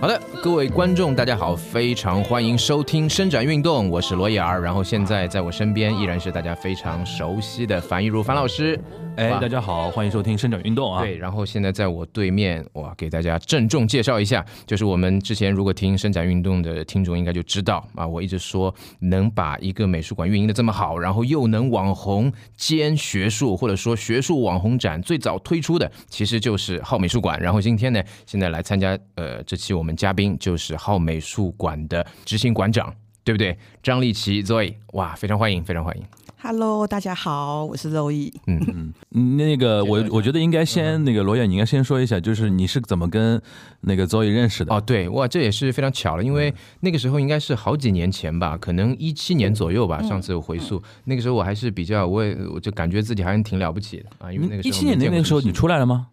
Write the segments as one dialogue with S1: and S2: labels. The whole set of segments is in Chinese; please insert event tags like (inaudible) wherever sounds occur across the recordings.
S1: 好的，各位观众，大家好，非常欢迎收听《伸展运动》，我是罗伊尔。然后现在在我身边依然是大家非常熟悉的樊一茹樊老师。
S2: 哎，
S1: 哇
S2: 大家好，欢迎收听《生长运动》啊。
S1: 对，，然后现在在我对面，哇，给大家郑重介绍一下，就是我们之前如果听伸展运动的听众应该就知道啊，我一直说能把一个美术馆运营的这么好，然后又能网红兼学术，或者说学术网红展最早推出的其实就是好美术馆。然后今天呢，现在来参加呃这期我们嘉宾就是好美术馆的执行馆长。对不对？张丽琪 Zoe，哇，非常欢迎，非常欢迎。
S3: Hello，大家好，我是肉毅。
S2: 那个
S1: 介
S2: 我
S1: 绍一下嗯
S2: 我觉得应该先那个罗燕，你应该先说一下，就是你是怎么跟那个 Zoe 认识的？嗯
S1: 哦，对，哇，这也是非常巧了，因为那个时候应该是好几年前吧，可能一七年左右
S2: 嗯
S1: 吧。上次我回溯，那个时候我还是比较，我也我就感觉自己还是挺了不起的啊，因为那个时
S2: 嗯一
S1: 候
S2: 七年
S1: 没
S2: 的
S1: 见
S2: 那
S1: 过
S2: 个时候
S1: 世
S2: 你出来
S1: (laughs)
S2: 了吗？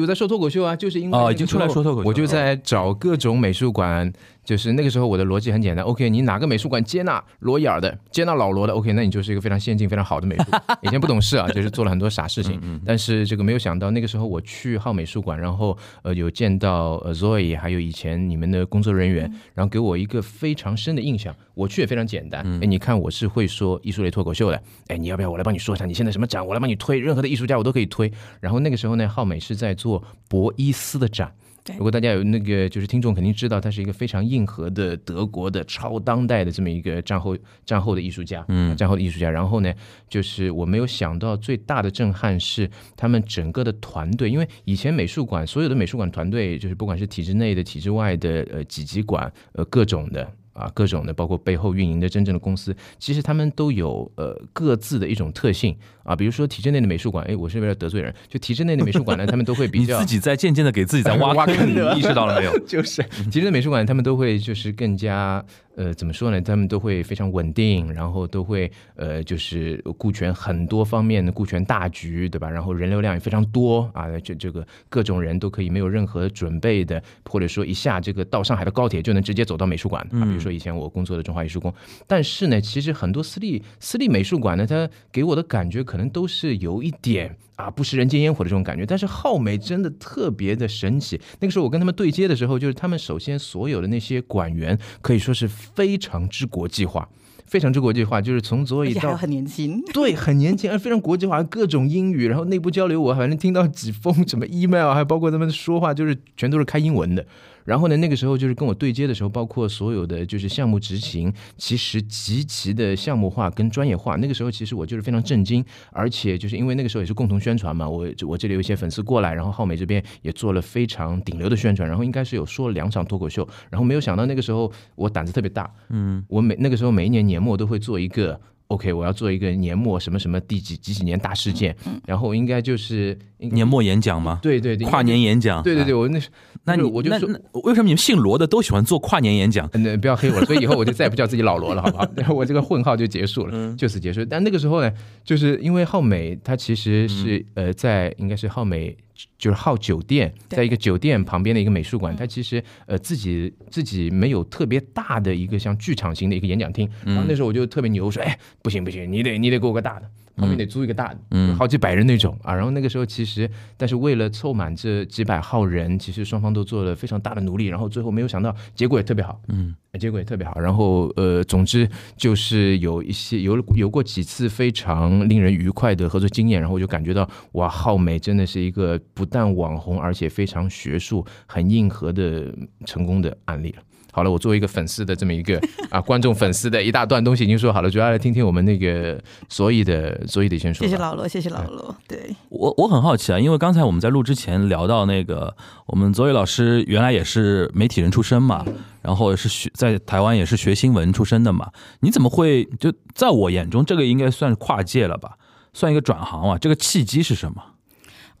S1: 我在说脱口秀啊，就是因为
S2: 哦
S1: 那个
S2: 已经
S1: 时
S2: 出来
S1: 候
S2: 说脱口秀
S1: 我就
S2: 了
S1: 在找各种美术馆，就是那个时候我的逻辑很简单，OK，你哪个美术馆接纳罗伊尔的，接纳老罗的，OK，那你就是一个非常先进、非常好的美术馆。以前不懂事啊，就是做了很多傻事情，但是这个没有想到，那个时候我去好美术馆，然后呃有见到呃 Zoe，还有以前你们的工作人员，然后给我一个非常深的印象。我去也非常简单，哎，你看我是会说艺术类脱口秀的，哎，你要不要我来帮你说一下你现在什么展，我来帮你推，任何的艺术家我都可以推。然后那个时候呢，浩美是在做博伊斯的展。
S3: 对
S1: 如果大家有那个，就是听众肯定知道，他是一个非常硬核的德国的超当代的这么一个战后战后的艺术家，嗯，战后的艺术家。然后呢，就是我没有想到最大的震撼是他们整个的团队，因为以前美术馆所有的美术馆团队，就是不管是体制内的、体制外的，呃，几级馆，呃，各种的。啊，各种的，包括背后运营的真正的公司，其实他们都有呃各自的一种特性啊，比如说体制内的美术馆，哎，我是为了得罪人，就体制内的美术馆呢，他们都会比
S2: 你
S1: 较
S2: (laughs)
S1: (laughs)
S2: 自己在渐渐的给自己在挖
S1: 挖 (laughs) 坑啊对吧啊
S2: 你意识到了没有？
S1: 就是，其实美术馆他们都会就是更加呃怎么说呢？他们都会非常稳定，然后都会呃就是顾全很多方面的，顾全大局，对吧？然后人流量也非常多啊，这这个各种人都可以没有任何准备的，或者说一下这个到上海的高铁就能直接走到美术馆啊。比如说以前我工作的中华艺术宫，但是呢，其实很多私立私立美术馆呢，它给我的感觉可能都是有一点啊不食人间烟火的这种感觉。但是浩美真的特别的神奇。那个时候我跟他们对接的时候，就是他们首先所有的那些馆员可以说是非常之国际化，非常之国际化，就是从左
S3: 而
S1: 以
S3: 且还
S1: 到
S3: 有哎很年轻，
S1: 对，很年轻，而非常国际化，各种英语，然后内部交流，我反正听到几封什么 email，啊还包括他们说话，就是全都是开英文的。然后呢，那个时候就是跟我对接的时候，包括所有的就是项目执行，其实极其的项目化跟专业化。那个时候其实我就是非常震惊，而且就是因为那个时候也是共同宣传嘛，我我这里有一些粉丝过来，然后浩美这边也做了非常顶流的宣传，然后应该是有说了两场脱口秀，然后没有想到那个时候我胆子特别大，嗯，我每那个时候每一年年末都会做一个 OK，我要做一个年末什么什么第几几几年大事件，然后应该就是应
S2: 年末演讲吗？
S1: 对对对
S2: 嗯跨。年演讲。
S1: 对对对，
S2: 哎，
S1: 我那
S2: 那你
S1: 我就
S2: 那
S1: 说
S2: 那为什么你们姓罗的都喜欢做跨年演讲？
S1: 嗯，不要黑我了，所以以后我就再也不叫自己老罗了，好不好？
S2: (laughs)
S1: 然后我这个混号就结束
S2: 嗯
S1: 了，就此结束。但那个时候呢，就是因为浩美，它其实
S2: 嗯
S1: 是呃，在应该是浩美。就是浩酒店，
S3: 对
S1: 在一个酒店旁边的一个美术馆，它其实呃自己自己没有特别大的一个像剧场型的一个演讲厅。然
S2: 嗯
S1: 后那时候我就特别牛，我说哎不行不行，你得你得给我个大的，旁边得租一个大的，
S2: 嗯
S1: 好几百人那种啊。然后那个时候其实，但是为了凑满这几百号人，其实双方都做了非常大的努力，然后最后没有想到结果也特别好，
S2: 嗯，
S1: 结果也特别好。然后呃，总之就是有一些有有过几次非常令人愉快的合作经验，然后我就感觉到哇，浩美真的是一个不但网红，而且非常学术、很硬核的成功的案例了。好了，我作为一个粉丝的这么一个 (laughs) 啊，观众粉丝的一大段东西已经说好了，主要来听听我们那个所以的所以的先说
S3: 谢谢
S1: 吧。
S3: 老罗，谢谢老罗。对，
S2: 我我很好奇啊，因为刚才我们在录之前聊到那个，我们左伟老师原来也是媒体人出身嘛，然后是学在台湾也是学新闻出身的嘛，你怎么会就在我眼中这个应该算是跨界了吧，算一个转行啊？这个契机是什么？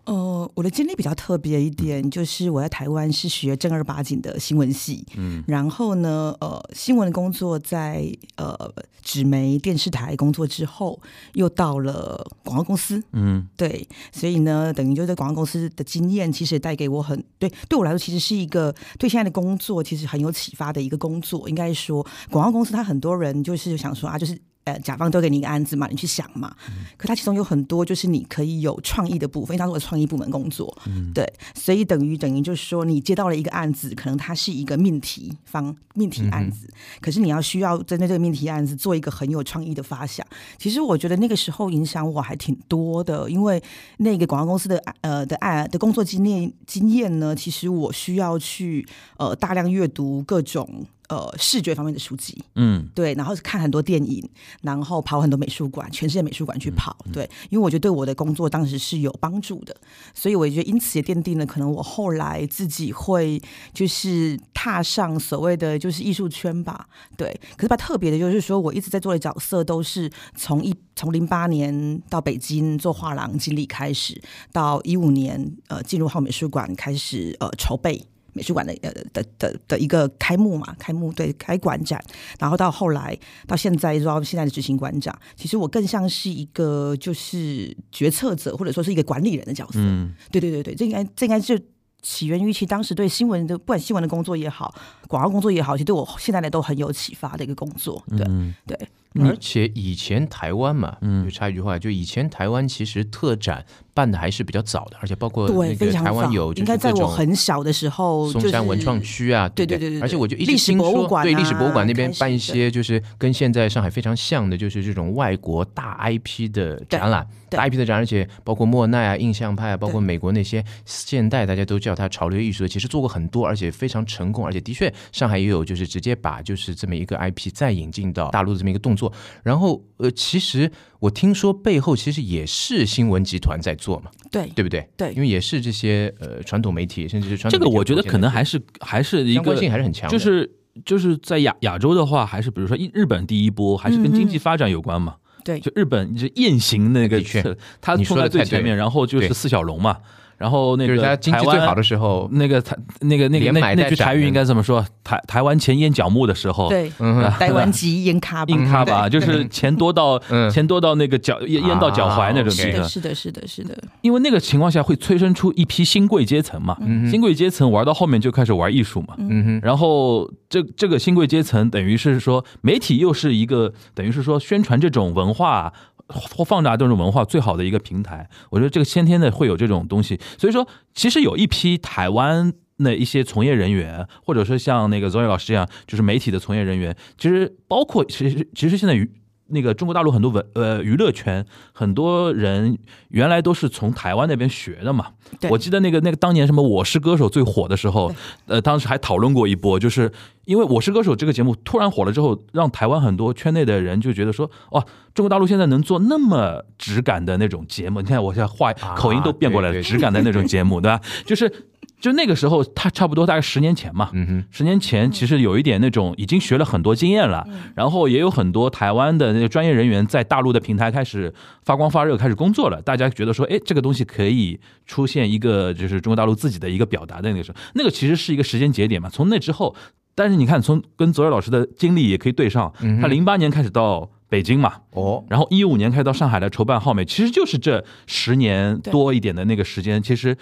S3: 呃，我的经历比较特别一点，就是我在台湾是学正儿八经的新闻系，嗯，然后呢，呃，新闻的工作在呃纸媒电视台工作之后，又到了广告公司，
S2: 嗯
S3: 对，所以呢，等于就是广告公司的经验，其实也带给我很对，对我来说其实是一个对现在的工作其实很有启发的一个工作。应该说，广告公司它很多人就是想说啊，就是。呃甲方丢给你一个案子嘛，你去想嘛。可它其中有很多就是你可以有创意的部分，因为它是我的创意部门工作，对，所以等于等于就是说，你接到了一个案子，可能它是一个命题方命题案子，可是你要需要针对这个命题案子做一个很有创意的发想。其实我觉得那个时候影响我还挺多的，因为那个广告公司的呃的案的工作经验经验呢，其实我需要去呃大量阅读各种呃视觉方面的书籍，
S2: 嗯
S3: 对，然后看很多电影，然后跑很多美术馆，全世界美术馆去跑，对，因为我觉得对我的工作当时是有帮助的，所以我觉得因此也奠定了可能我后来自己会就是踏上所谓的就是艺术圈吧，对。可是吧，特别的就是说我一直在做的角色都是从一从零八年到北京做画廊经理开始，到一五年呃进入好美术馆开始呃筹备。美术馆的呃的的的一个开幕嘛，开幕对开馆展，然后到后来到现在到现在的执行馆长，其实我更像是一个就是决策者或者说是一个管理人的角色。
S2: 嗯
S3: 对对对对，这应该这应该就起源于其当时对新闻的不管新闻的工作也好，广告工作也好，其实对我现在来都很有启发的一个工作。对、
S2: 嗯
S3: 对，
S1: 而且以前台湾嘛，就插一句话，就以前台湾其实特展办的还是比较早的，而且包括那
S3: 对，
S1: 个
S3: 非常
S1: 台湾
S3: 早
S1: 有就
S3: 应该
S1: 是
S3: 在
S1: 各
S3: 我
S1: 种
S3: 很小的时候，就
S1: 松
S3: 是
S1: 山文创区啊，
S3: 对
S1: 对
S3: 对
S1: 不
S3: 对对
S1: 而且我就一直
S3: 历史
S1: 听
S3: 博物
S1: 说
S3: 馆
S1: 对历史博物馆那
S3: 啊
S1: 边
S3: 开始
S1: 办一
S3: 对
S1: 些，就是跟现在上海非常像的，就是这种外国大 IP 的展览，
S3: 对
S1: 大 IP 的展览，而且包括莫奈啊、印象派啊，包括
S3: 对
S1: 美国那些现代大家都叫它潮流艺术的，其实做过很多，而且非常成功，而且的确上海也有就是直接把就是这么一个 IP 再引进到大陆的这么一个动作。然后呃，其实我听说背后其实也是新闻集团在做嘛，
S3: 对
S1: 对不对？
S3: 对
S1: 因为也是这些呃传统媒体，甚至是传
S2: 嗯这
S1: 统
S2: 个
S1: 媒体
S2: 我觉
S1: 活
S2: 得
S1: 现
S2: 可
S1: 在
S2: 能还是还是一
S1: 相
S2: 个
S1: 关性还是很强的，
S2: 就是就是在亚亚洲的话，还是比如说一日本第一波，还是跟
S1: 嗯
S2: 经济发展有关嘛。
S3: 对
S2: 就日本就是雁行那个
S1: 的确
S2: 策，它
S1: 你
S2: 冲
S1: 说
S2: 在
S1: 得
S2: 最
S1: 太对
S2: 前面，然后就是
S1: 对
S2: 四小龙嘛，然后那
S1: 就
S2: 个
S1: 是他经济
S2: 台
S1: 最
S2: 湾
S1: 好的时候，
S2: 那个台那个那个
S1: 连
S2: 那
S1: 买
S2: 那
S1: 带
S2: 句
S1: 展
S2: 台语
S1: 的
S2: 应该怎么说？台台湾前烟角木的时候，，
S3: 对，
S1: 嗯哼，
S3: 台湾籍烟咖吧，
S2: 硬咖吧，
S1: (laughs)
S3: 对
S2: 就是钱多到
S1: 嗯
S2: 钱多到那个脚淹淹到脚踝那种
S1: 啊
S2: 地
S3: 是
S2: 方
S3: 的，，是的，是的，是的，
S2: 因为那个情况下会催生出一批新贵阶层嘛，新贵阶层玩到后面就开始玩艺术嘛，
S1: 嗯哼，
S2: 然后这这个新贵阶层等于是说，媒体又是一个等于是说宣传这种文化或放大这种文化最好的一个平台。我觉得这个先天的会有这种东西，所以说其实有一批台湾。那一些从业人员，或者说像那个 Zoe 老师一样，就是媒体的从业人员，其实包括其实其实现在娱那个中国大陆很多文呃娱乐圈很多人原来都是从台湾那边学的嘛，
S3: 对
S2: 我记得那个那个当年什么《我是歌手》最火的时候
S3: 对，
S2: 呃，当时还讨论过一波，就是呃因为《我是歌手》这个节目突然火了之后，让台湾很多圈内的人就觉得说，哦，中国大陆现在能做那么质感的那种节目，你看我现在话
S1: 啊
S2: 口音都变过来了，
S1: 对对
S2: 质感的那种节目，对吧？就是就那个时候，他差不多大概十年前嘛，
S1: 嗯嗯哼，
S2: 十年前其实有一点那种已经学了很多经验了，然后也有很多台湾的那个专业人员在大陆的平台开始发光发热，开始工作了。大家觉得说，哎，这个东西可以出现一个就是中国大陆自己的一个表达的那个时候，那个其实是一个时间节点嘛。从那之后，但是你看，从跟左右老师的经历也可以对上，
S1: 嗯
S2: 他零八年开始到北京嘛，
S1: 哦，
S2: 然后一五年开始到上海来筹办浩美，其实就是这十年多一点的那个时间，其实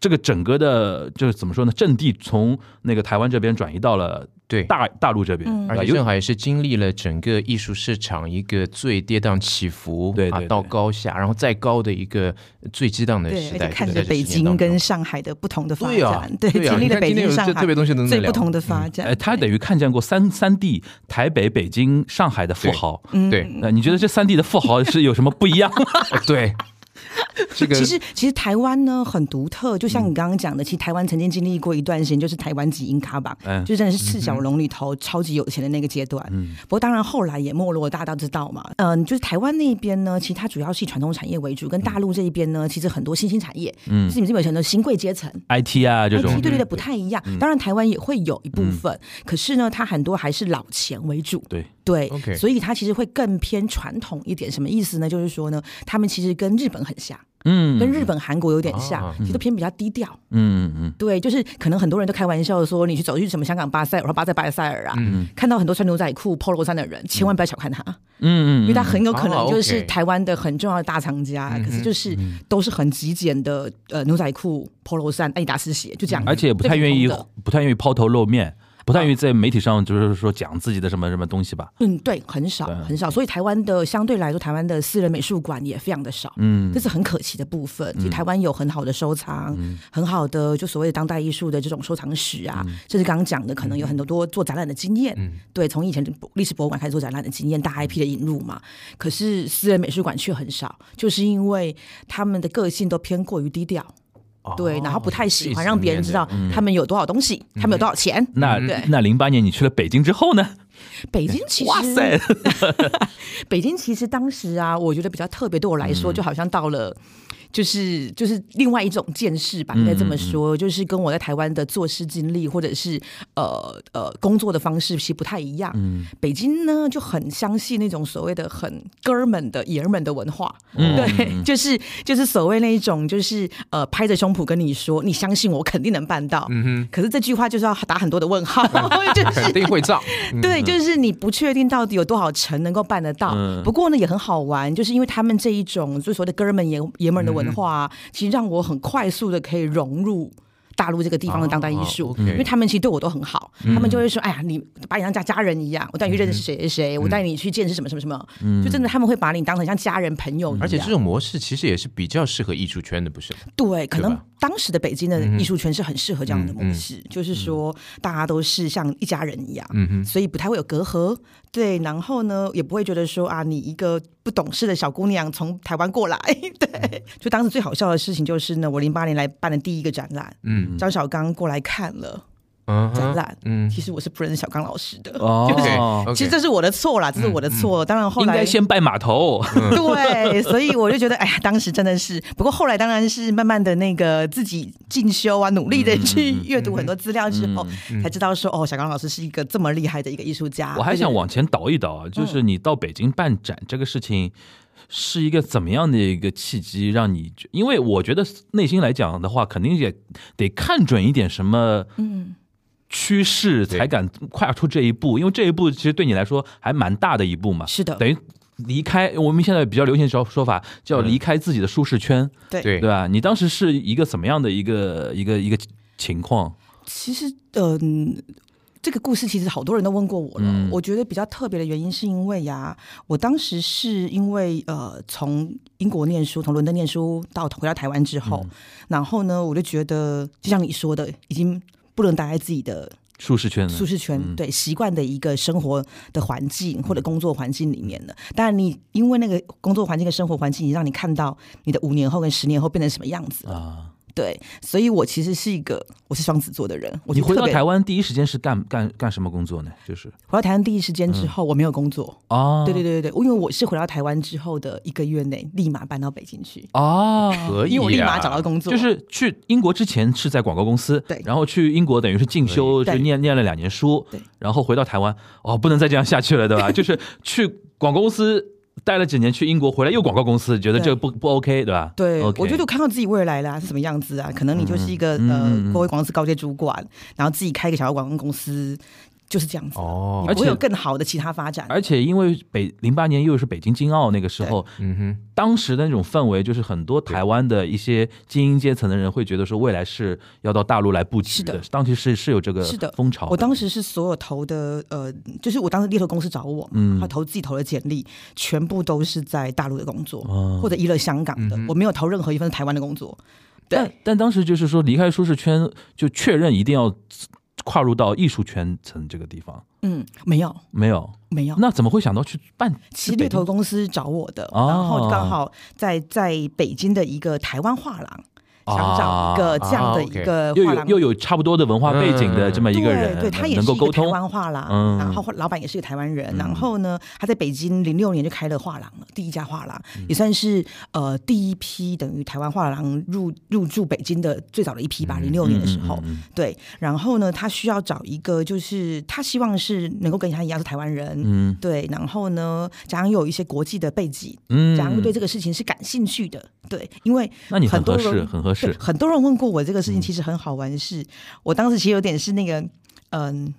S2: 这个整个的就是怎么说呢，阵地从那个台湾这边转移到了
S1: 对。
S2: 大大陆这边，
S3: 嗯
S2: 对
S1: 而
S2: 吧
S1: 且
S2: 有
S1: 正好也是经历了整个艺术市场一个最跌宕起伏，
S2: 对
S1: 啊
S2: 对，对
S1: 到高下，然后再高的一个最激荡的
S3: 对，
S1: 时
S3: 而
S1: 代，
S3: 且看
S1: 就
S3: 着
S1: 在这
S3: 北
S1: 十年当
S3: 京跟
S1: 中
S3: 上海的不同的发
S1: 对啊
S3: 展，，对，
S1: 啊
S3: 经历
S1: 你
S3: 了
S1: 看
S3: 北
S1: 今天
S3: 京、
S1: 有
S3: 上
S1: 这
S3: 海
S1: 这个东西都能
S3: 最
S1: 聊
S3: 不同的发展。
S1: 哎
S2: 呃，他等于看见过三三地台北、北京、上海的富豪。
S3: 嗯
S1: 对
S3: (laughs)
S2: 那、你觉得这三地的富豪是有什么不
S1: (laughs)
S2: 一样？
S1: 哦对，这个嗯
S3: 其实，其实台湾呢很独特，就像你刚刚讲的，其实台湾曾经经历过一段时间，就是台湾级英卡榜，
S1: 哎
S2: 嗯
S3: 就真的是四小龙里头超级有钱的那个阶段。
S1: 嗯
S3: 不过当然后来也没落，大家都知道嘛。嗯、就是台湾那边呢，其实它主要是以传统产业为主，跟大陆这一边呢，其实很多新兴产业，嗯，是你们这边有钱的新贵阶层。
S2: IT 啊这种
S3: IT 对对对不
S1: 嗯
S3: 太一样，当然台湾也会有一部分，可是呢，它很多还是老钱为主，
S2: 对
S3: 对
S1: OK
S3: 所以它其实会更偏传统一点。什么意思呢？就是说呢，他们其实跟日本很像，
S2: 嗯
S3: 跟日本、韩国有点像，
S1: 啊
S3: 其实都偏比较低调。
S2: 嗯嗯
S3: 对，就是可能很多人都开玩笑说，你去走去什么香港巴塞尔或巴塞巴塞尔啊，
S1: 嗯
S3: 看到很多穿牛仔裤、polo 衫的人，千万不要小看他，
S2: 嗯
S3: 因
S2: 嗯
S3: 为他很有可
S1: 啊
S3: 能
S1: ，OK 嗯
S3: 就是台湾的很重要的大厂家，可是就是都是很极简的呃牛仔裤、polo 衫、爱迪达斯鞋，就这样
S2: 嗯，
S3: 子，
S2: 而且也不太愿意
S3: 最普通的
S2: 不太愿意抛头露面，不
S3: 啊
S2: 太愿意在媒体上就是说讲自己的什么什么东西吧。
S3: 嗯，对，很少
S2: 对
S3: 很少，所以台湾的相对来说，台湾的私人美术馆也非常的少，
S2: 嗯
S3: 这是很可惜的部分。其实台湾有很好的收藏，很好的就所谓的当代艺术的这种收藏史啊，
S2: 嗯
S3: 甚至刚刚讲的，可能有很多多做展览的经验。对，从以前的历史博物馆开始做展览的经验，
S2: 嗯
S3: 大 IP 的引入嘛。可是私人美术馆却很少，就是因为他们的个性都偏过于低调，
S2: 哦
S3: 对，然后不太喜欢让别人知道
S2: 嗯
S3: 他们有多少东西，他们有多少钱。
S2: 那
S3: 嗯对
S2: 那零八年你去了北京之后呢？
S3: 北京其实，
S2: 哎哇塞，
S3: (laughs) 北京其实当时啊，我觉得比较特别，对我来
S2: 嗯
S3: 说，就好像到了。就是就是另外一种见识吧，应该这
S2: 嗯
S3: 么说，就是跟我在台湾的做事经历或者是呃呃工作的方式其实不太一样。
S2: 嗯
S3: 北京呢就很相信那种所谓的很哥们的爷们的文化，
S2: 嗯
S3: 对，就是就是所谓那一种就是呃拍着胸脯跟你说，你相信我肯定能办到。
S2: 嗯
S3: 可是这句话就是要打很多的问号， (laughs) 就是
S1: 肯定会
S3: (laughs)
S1: 造。嗯
S3: 对，就是你不确定到底有多少成能够办得到。不过呢，也很好玩，就是因为他们这一种就所谓的哥们爷爷们儿的文
S1: 嗯
S3: 化、啊，其实让我很快速的可以融入。大陆这个地方的当代艺
S1: 哦
S3: 术，
S1: ，OK 嗯
S3: 因为他们其实对我都很好，他们就会说：“哎呀，你把你当家家人一样，我带你去认识谁谁谁，我带你去见识什么什么什么。就真的他们会把你当成像家人朋友一样。
S1: 嗯而且这种模式其实也是比较适合艺术圈的，不是吗？
S3: 对，可
S1: 对吧嗯
S3: 能当时的北京的艺术圈是很适合这样的模式，就是说大家都是像一家人一样，
S1: 嗯
S3: 所以不太会有隔阂。对，然后呢，也不会觉得说啊，你一个不懂事的小姑娘从台湾过来。 (laughs)
S1: 嗯
S3: 对，就当时最好笑的事情就是呢，我零八年来办的第一个展览，
S1: 嗯
S3: 张小刚过来看了
S1: 嗯
S3: 展
S1: 哼，
S3: 览，
S1: 嗯
S3: 其实我是不认识小刚老师的。
S2: (laughs) 哦
S1: OK，OK
S3: 其实这是我的错啦，这是我
S1: 嗯
S3: 的错。当然后
S2: 应
S3: 来嗯
S2: 该先拜码头。 (laughs)
S3: 对，所以我就觉得，哎呀，当时真的是，不过后来当然是慢慢的那个自己进修啊，努力
S2: 嗯
S3: 的去阅读很多资料之后，才知道说，哦，小刚老师是一个这么厉害的一个艺术家。
S2: 我还想
S3: 就是
S2: 往前倒一倒 (laughs)
S3: 嗯
S2: 啊，就是你到北京办展这个事情，是一个怎么样的一个契机，让你觉？因为我觉得内心来讲的话，肯定也得看准一点什么，嗯。趋势才敢跨出这一步，因为这一步其实对你来说还蛮大的一步嘛。
S3: 是的
S2: 等于离开我们现在比较流行说说法叫离开自己的舒适圈，
S3: 对
S1: 对
S2: 对吧？你当时是一个怎么样的一个一个一个情况？
S3: 其实，嗯、这个故事其实好多人都问过我了。
S2: 嗯
S3: 我觉得比较特别的原因是因为呀，我当时是因为呃，从英国念书，从伦敦念书到回到台湾之
S2: 嗯
S3: 后，然后呢，我就觉得就像你说的，已经不能待在自己的
S2: 舒适圈呢？
S3: 舒适圈，
S2: 嗯
S3: 对习惯的一个生活的环境或者工作环境里面的。当然，你因为那个工作环境跟生活环境，你让你看到你的五年后跟十年后变成什么样子。
S2: 啊，
S3: 对，所以我其实是一个我是双子座的人，我
S2: 你
S3: 就
S2: 回
S3: 特
S2: 到
S3: 别
S2: 台湾第一时间是干干干什么工作呢？就是
S3: 回到台湾第一时间
S2: 嗯
S3: 之后，我没有工作。
S2: 啊，
S3: 对对对对对，因为我是回到台湾之后的一个月内，立马搬到北京去，
S2: 啊，
S1: 可以啊，
S3: 因为我立马找到工作。
S2: 就是去英国之前是在广告公司，
S3: 对
S2: 然后去英国等于是进修，
S3: 对
S2: 就念念了两年书，
S3: 对，
S2: 然后回到台湾，哦，不能再这样下去了，对吧？ (laughs) 就是去广告公司待了几年，去英国回来又广告公司，觉得
S3: 对
S2: 这不不 OK，对吧？
S3: 对
S2: OK 嗯
S3: 我觉得我看到自己未来啦是什么样子啊？可能你就是一个、呃，各位广告公司高阶主管，然后自己开一个小广告公司，就是这样子啊。
S1: 哦
S3: 你不会
S2: 而且哎
S3: 有更好的其他发展。
S2: 而且因为北零八年又是北京京奥那个时候，
S1: 嗯哼，
S2: 当时的那种氛围，就是很多台湾的一些精英阶层的人会觉得说，未来是要到大陆来布局
S3: 是的
S2: 当时是是有这个
S3: 是的
S2: 风潮的。
S3: 我当时是所有投的，呃，就是我当时猎头公司找我，嗯，他投自己投的简历，全部都是在大陆的工作，
S2: 哦
S3: 或者一了香港的，我没有投任何一份台湾的工作。
S2: 但但当时就是说离开舒适圈，就确认一定要跨入到艺术圈层这个地方，
S3: 嗯，没有，
S2: 没有？
S3: 没有。
S2: 那怎么会想到去办？
S3: 哦其实猎头公司找我的，
S2: 哦
S3: 然后刚好在在北京的一个台湾画廊，
S2: 啊
S3: 想找一个这样的一个
S2: 又
S3: 画
S2: 有
S3: 廊。
S2: 又有差不多的文化背景的这么一个人，
S3: 嗯对，对他也
S2: 能
S3: 是
S2: 够
S3: 一个
S2: 沟
S3: 台
S2: 通
S3: 湾画廊，
S2: 嗯
S3: 然后老板也是一个台湾人，然后呢，他在北京零六年就开了画廊了，第一家画廊，
S2: 嗯
S3: 也算是呃第一批等于台湾画廊入入驻北京的最早的一批
S2: 嗯
S3: 吧，零六年的时候，对，然后呢，他需要找一个就是他希望是能够跟他一样是台湾人，
S2: 嗯
S3: 对，然后呢，加上又有一些国际的背景，
S2: 嗯
S3: 加上又对这个事情是感兴趣的，对，因为
S2: 那你很
S3: 多
S2: 合适，
S3: 人
S2: 很合
S3: 对
S2: 适，
S3: 很多人问过我这个事情，其实很好玩是，我当时其实有点是那个，嗯。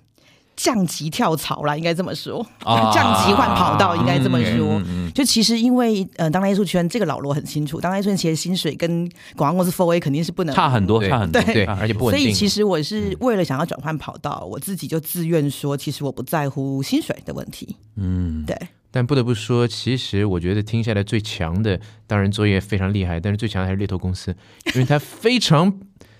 S3: 降级跳槽啦，应该这么说，
S2: 啊
S3: 降级换跑道，应该这么说。
S2: 嗯嗯
S3: 就其实因为呃，当代艺术圈这个老罗很清楚，当代艺术圈其实薪水跟广告公司 Four A 肯定是不
S2: 嗯
S3: 能
S2: 差很多，
S1: 对
S2: 差很多，
S3: (laughs)
S1: 对，
S2: 差
S1: 而且不
S3: 所
S1: 稳定。
S3: 以其实我
S2: 嗯
S3: 是为了想要转换跑道，我自己就自愿说，其实我不在乎薪水的问题。
S2: 嗯，
S3: 对，
S1: 但不得不说，其实我觉得听下来最强的，当然作业非常厉害，但是最强的还是猎头公司，因为他非常。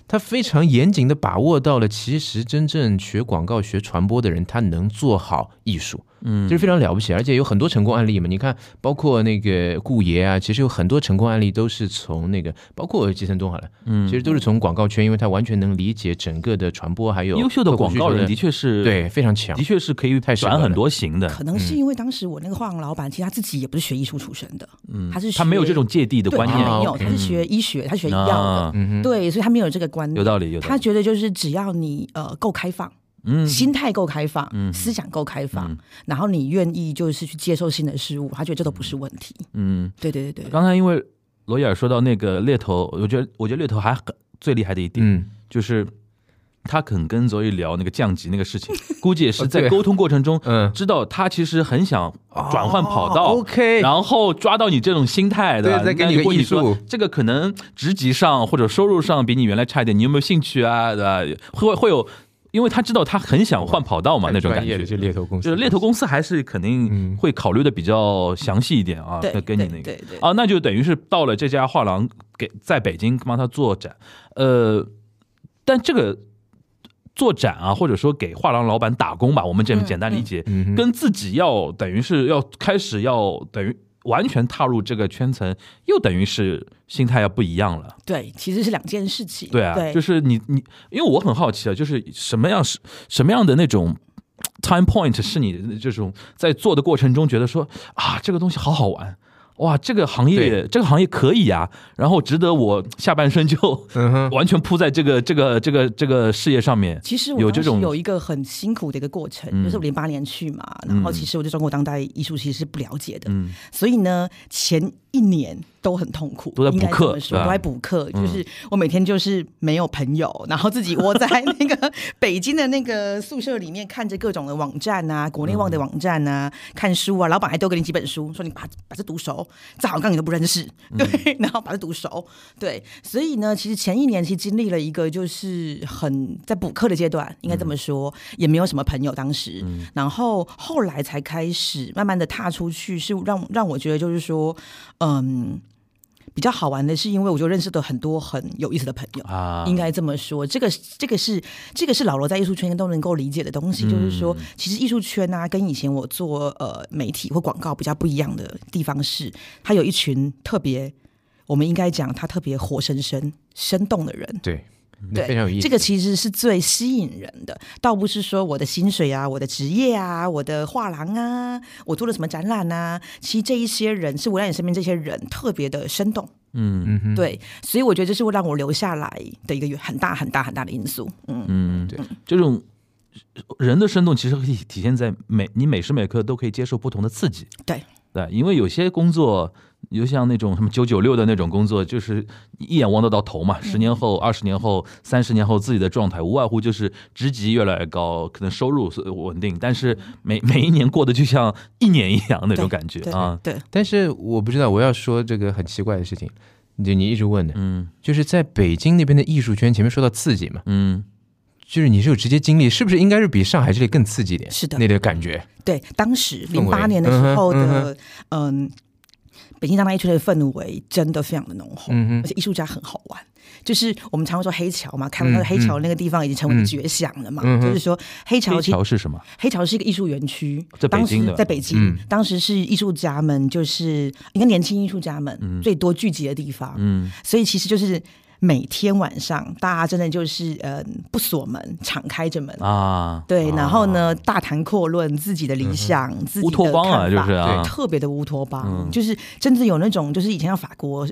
S1: 他非常严谨的把握到了，其实真正学广告、学传播的人，他能做好艺术，嗯，这是非常了不起，而且有很多成功案例嘛。你看，包括那个顾爷啊，其实有很多成功案例都是从那个，包括季承东好了，嗯，其实都是从广告圈，因为他完全能理解整个的传播，还有
S2: 优秀的
S1: 客户
S2: 广
S1: 需
S2: 告
S1: 求
S2: 人的确是，，
S1: 对非常强
S2: 的，确是可以
S1: 太适合
S2: 转很
S1: 了
S2: 多型的，
S3: 可能是因为当时我那个画廊老板，其实他自己也不是学艺术出身的，嗯，他是
S2: 他没有这种芥蒂的
S3: 学对
S2: 观念嗯
S3: 他没
S1: 啊
S3: 有，
S1: ，OK
S3: 他是学医学，他学医药
S2: 啊
S3: 的，，对，所以他没有这个观
S2: 有
S3: 念。
S2: 道理，有道
S3: 他
S2: 理，
S3: 觉得就是只要你呃够开放，
S2: 嗯
S3: 心态够开放，思想够开放，然后你愿意就是去接受新的事物，他觉得这都不是问题。
S2: 嗯，
S3: 对对对对，
S2: 刚才因为罗伊尔说到那个猎头，我觉得我觉得猎头还很最厉害的一点、
S1: 嗯，
S2: 就是他肯跟 Zoe 聊那个降级那个事
S3: (laughs)
S2: 情，估计也是在
S1: 对
S2: 沟通过程中，
S1: 嗯
S2: 知道他其实很想啊转换跑道、
S1: ，OK
S2: 然后抓到你这种心态的，
S1: 哎对再给你
S2: 那如果
S1: 个
S2: 你
S1: 艺术
S2: 说这个可能职级上或者收入上比你原来差一点，你有没有兴趣啊？对吧？会会有，因为他知道他很想换跑道嘛，那种感觉。
S1: 就猎头公司，
S2: 就是猎头公司还是肯定
S1: 嗯
S2: 会考虑的比较详细一点啊，
S3: 对
S2: 那跟你
S3: 对
S2: 那个
S3: 对对
S2: 啊，那就等于是到了这家画廊给在北京帮他做展，呃，但这个做展啊，或者说给画廊老板打工吧，我们这么
S3: 嗯
S2: 简单理解，
S1: 嗯哼
S2: 跟自己要等于是要开始要等于完全踏入这个圈层，又等于是心态要不一样了。
S3: 对，其实是两件事情。
S2: 对啊，就是你你，因为我很好奇啊，就是什么样是什么样的那种 time point 是你这种在做的过程中觉得说啊，这个东西好好玩。哇，这个行业，
S1: 对
S2: 这个行业可以啊，然后值得我下半生就
S1: 嗯哼，
S2: 完全扑在这个这个这个这个事业上面。
S3: 其实我
S2: 有
S3: 当
S2: 这
S3: 时
S2: 种
S3: 有一个很辛苦的一个过程，
S2: 嗯
S3: 就是我零八年去嘛，然后
S2: 嗯
S3: 其实我对中国当代艺术其实是不了解的，
S2: 嗯
S3: 所以呢，前一年都很痛苦，
S2: 都在补
S3: 应该这
S2: 课
S3: 么说
S2: 对吧
S3: 都在补课，就是我每天就是没有朋友， (laughs) 然后自己窝在那个北京的那个宿舍里面，看着各种的网站啊，国内网的网站啊，看书啊，老板还丢给你几本书，说你把把这读熟，这好像你都不认识，对， (laughs) 然后把它读熟，对，所以呢，其实前一年其实经历了一个就是很在补课的阶段，应该这么说，也没有什么朋友当时，然后后来才开始慢慢的踏出去，是让让我觉得就是说，嗯，比较好玩的是，因为我就认识了很多很有意思的朋友。
S2: 啊，
S3: 应该这么说，这个这个是这个是老罗在艺术圈都能够理解的东西，
S1: 嗯
S3: 就是说，其实艺术圈啊，跟以前我做呃媒体或广告比较不一样的地方是，它有一群特别，我们应该讲他特别活生生、生动的人。
S1: 对，那
S3: 对，
S1: 嗯非常有意思。
S3: 这个其实是最吸引人的，倒不是说我的薪水啊、我的职业啊、我的画廊啊、我做了什么展览啊。其实这一些人是围在你身边，这些人特别的生动。
S2: 嗯
S3: 对，所以我觉得这是会让我留下来的一个很大很大很大的因素。嗯，
S2: 嗯，
S1: 对，
S2: 这种人的生动其实可以体现在每你每时每刻都可以接受不同的刺激。
S3: 对
S2: 对，因为有些工作，就像那种什么九九六的那种工作，就是一眼望得到头
S3: 嗯
S2: 嘛。十年后、二十年后、三十年后，自己的状态无外乎就是职级越来越高，可能收入是稳定，但是每每一年过得就像一年一样那种感觉
S3: 嗯对
S2: 啊。
S3: 对，
S1: 但是我不知道，我要说这个很奇怪的事情，就你一直问的，
S2: 嗯
S1: 就是在北京那边的艺术圈，前面说到刺激嘛，
S2: 嗯，
S1: 就是你是有直接经历，是不是应该是比上海这里更刺激一点？
S3: 是的
S1: 那个感觉，
S3: 对，当时
S1: 氛
S3: 零
S1: 围
S3: 八年的时候
S1: 嗯
S3: 的
S1: 哼，
S3: 嗯。北京当代艺术圈的氛围真的非常的浓厚，
S1: 嗯哼
S3: 而且艺术家很好玩。就是我们常会说黑桥嘛，开玩笑，
S1: 嗯
S3: 黑桥那个地方已经成为了
S1: 嗯
S3: 绝响了嘛。
S1: 嗯哼
S3: 就是说，黑桥
S2: 黑
S3: 其实
S2: 桥是什么？
S3: 黑潮是一个艺术园区，
S2: 在北京
S3: 当时
S2: 的
S3: 在北京，
S1: 嗯
S3: 当时是艺术家们，就是应该年轻艺术家们最多聚集的地方。
S2: 嗯
S3: 所以其实就是每天晚上，大家真的就是呃不锁门，敞开着门。
S2: 啊，
S3: 对，然后
S2: 啊？
S3: 呢，大谈阔论自己的理想，自己
S2: 乌
S3: 的
S2: 托邦啊，
S3: 看
S2: 就
S3: 法
S2: 是啊
S1: 对，
S3: 特别的乌托邦，
S2: 嗯
S3: 就是真的有那种，就是以前像法国，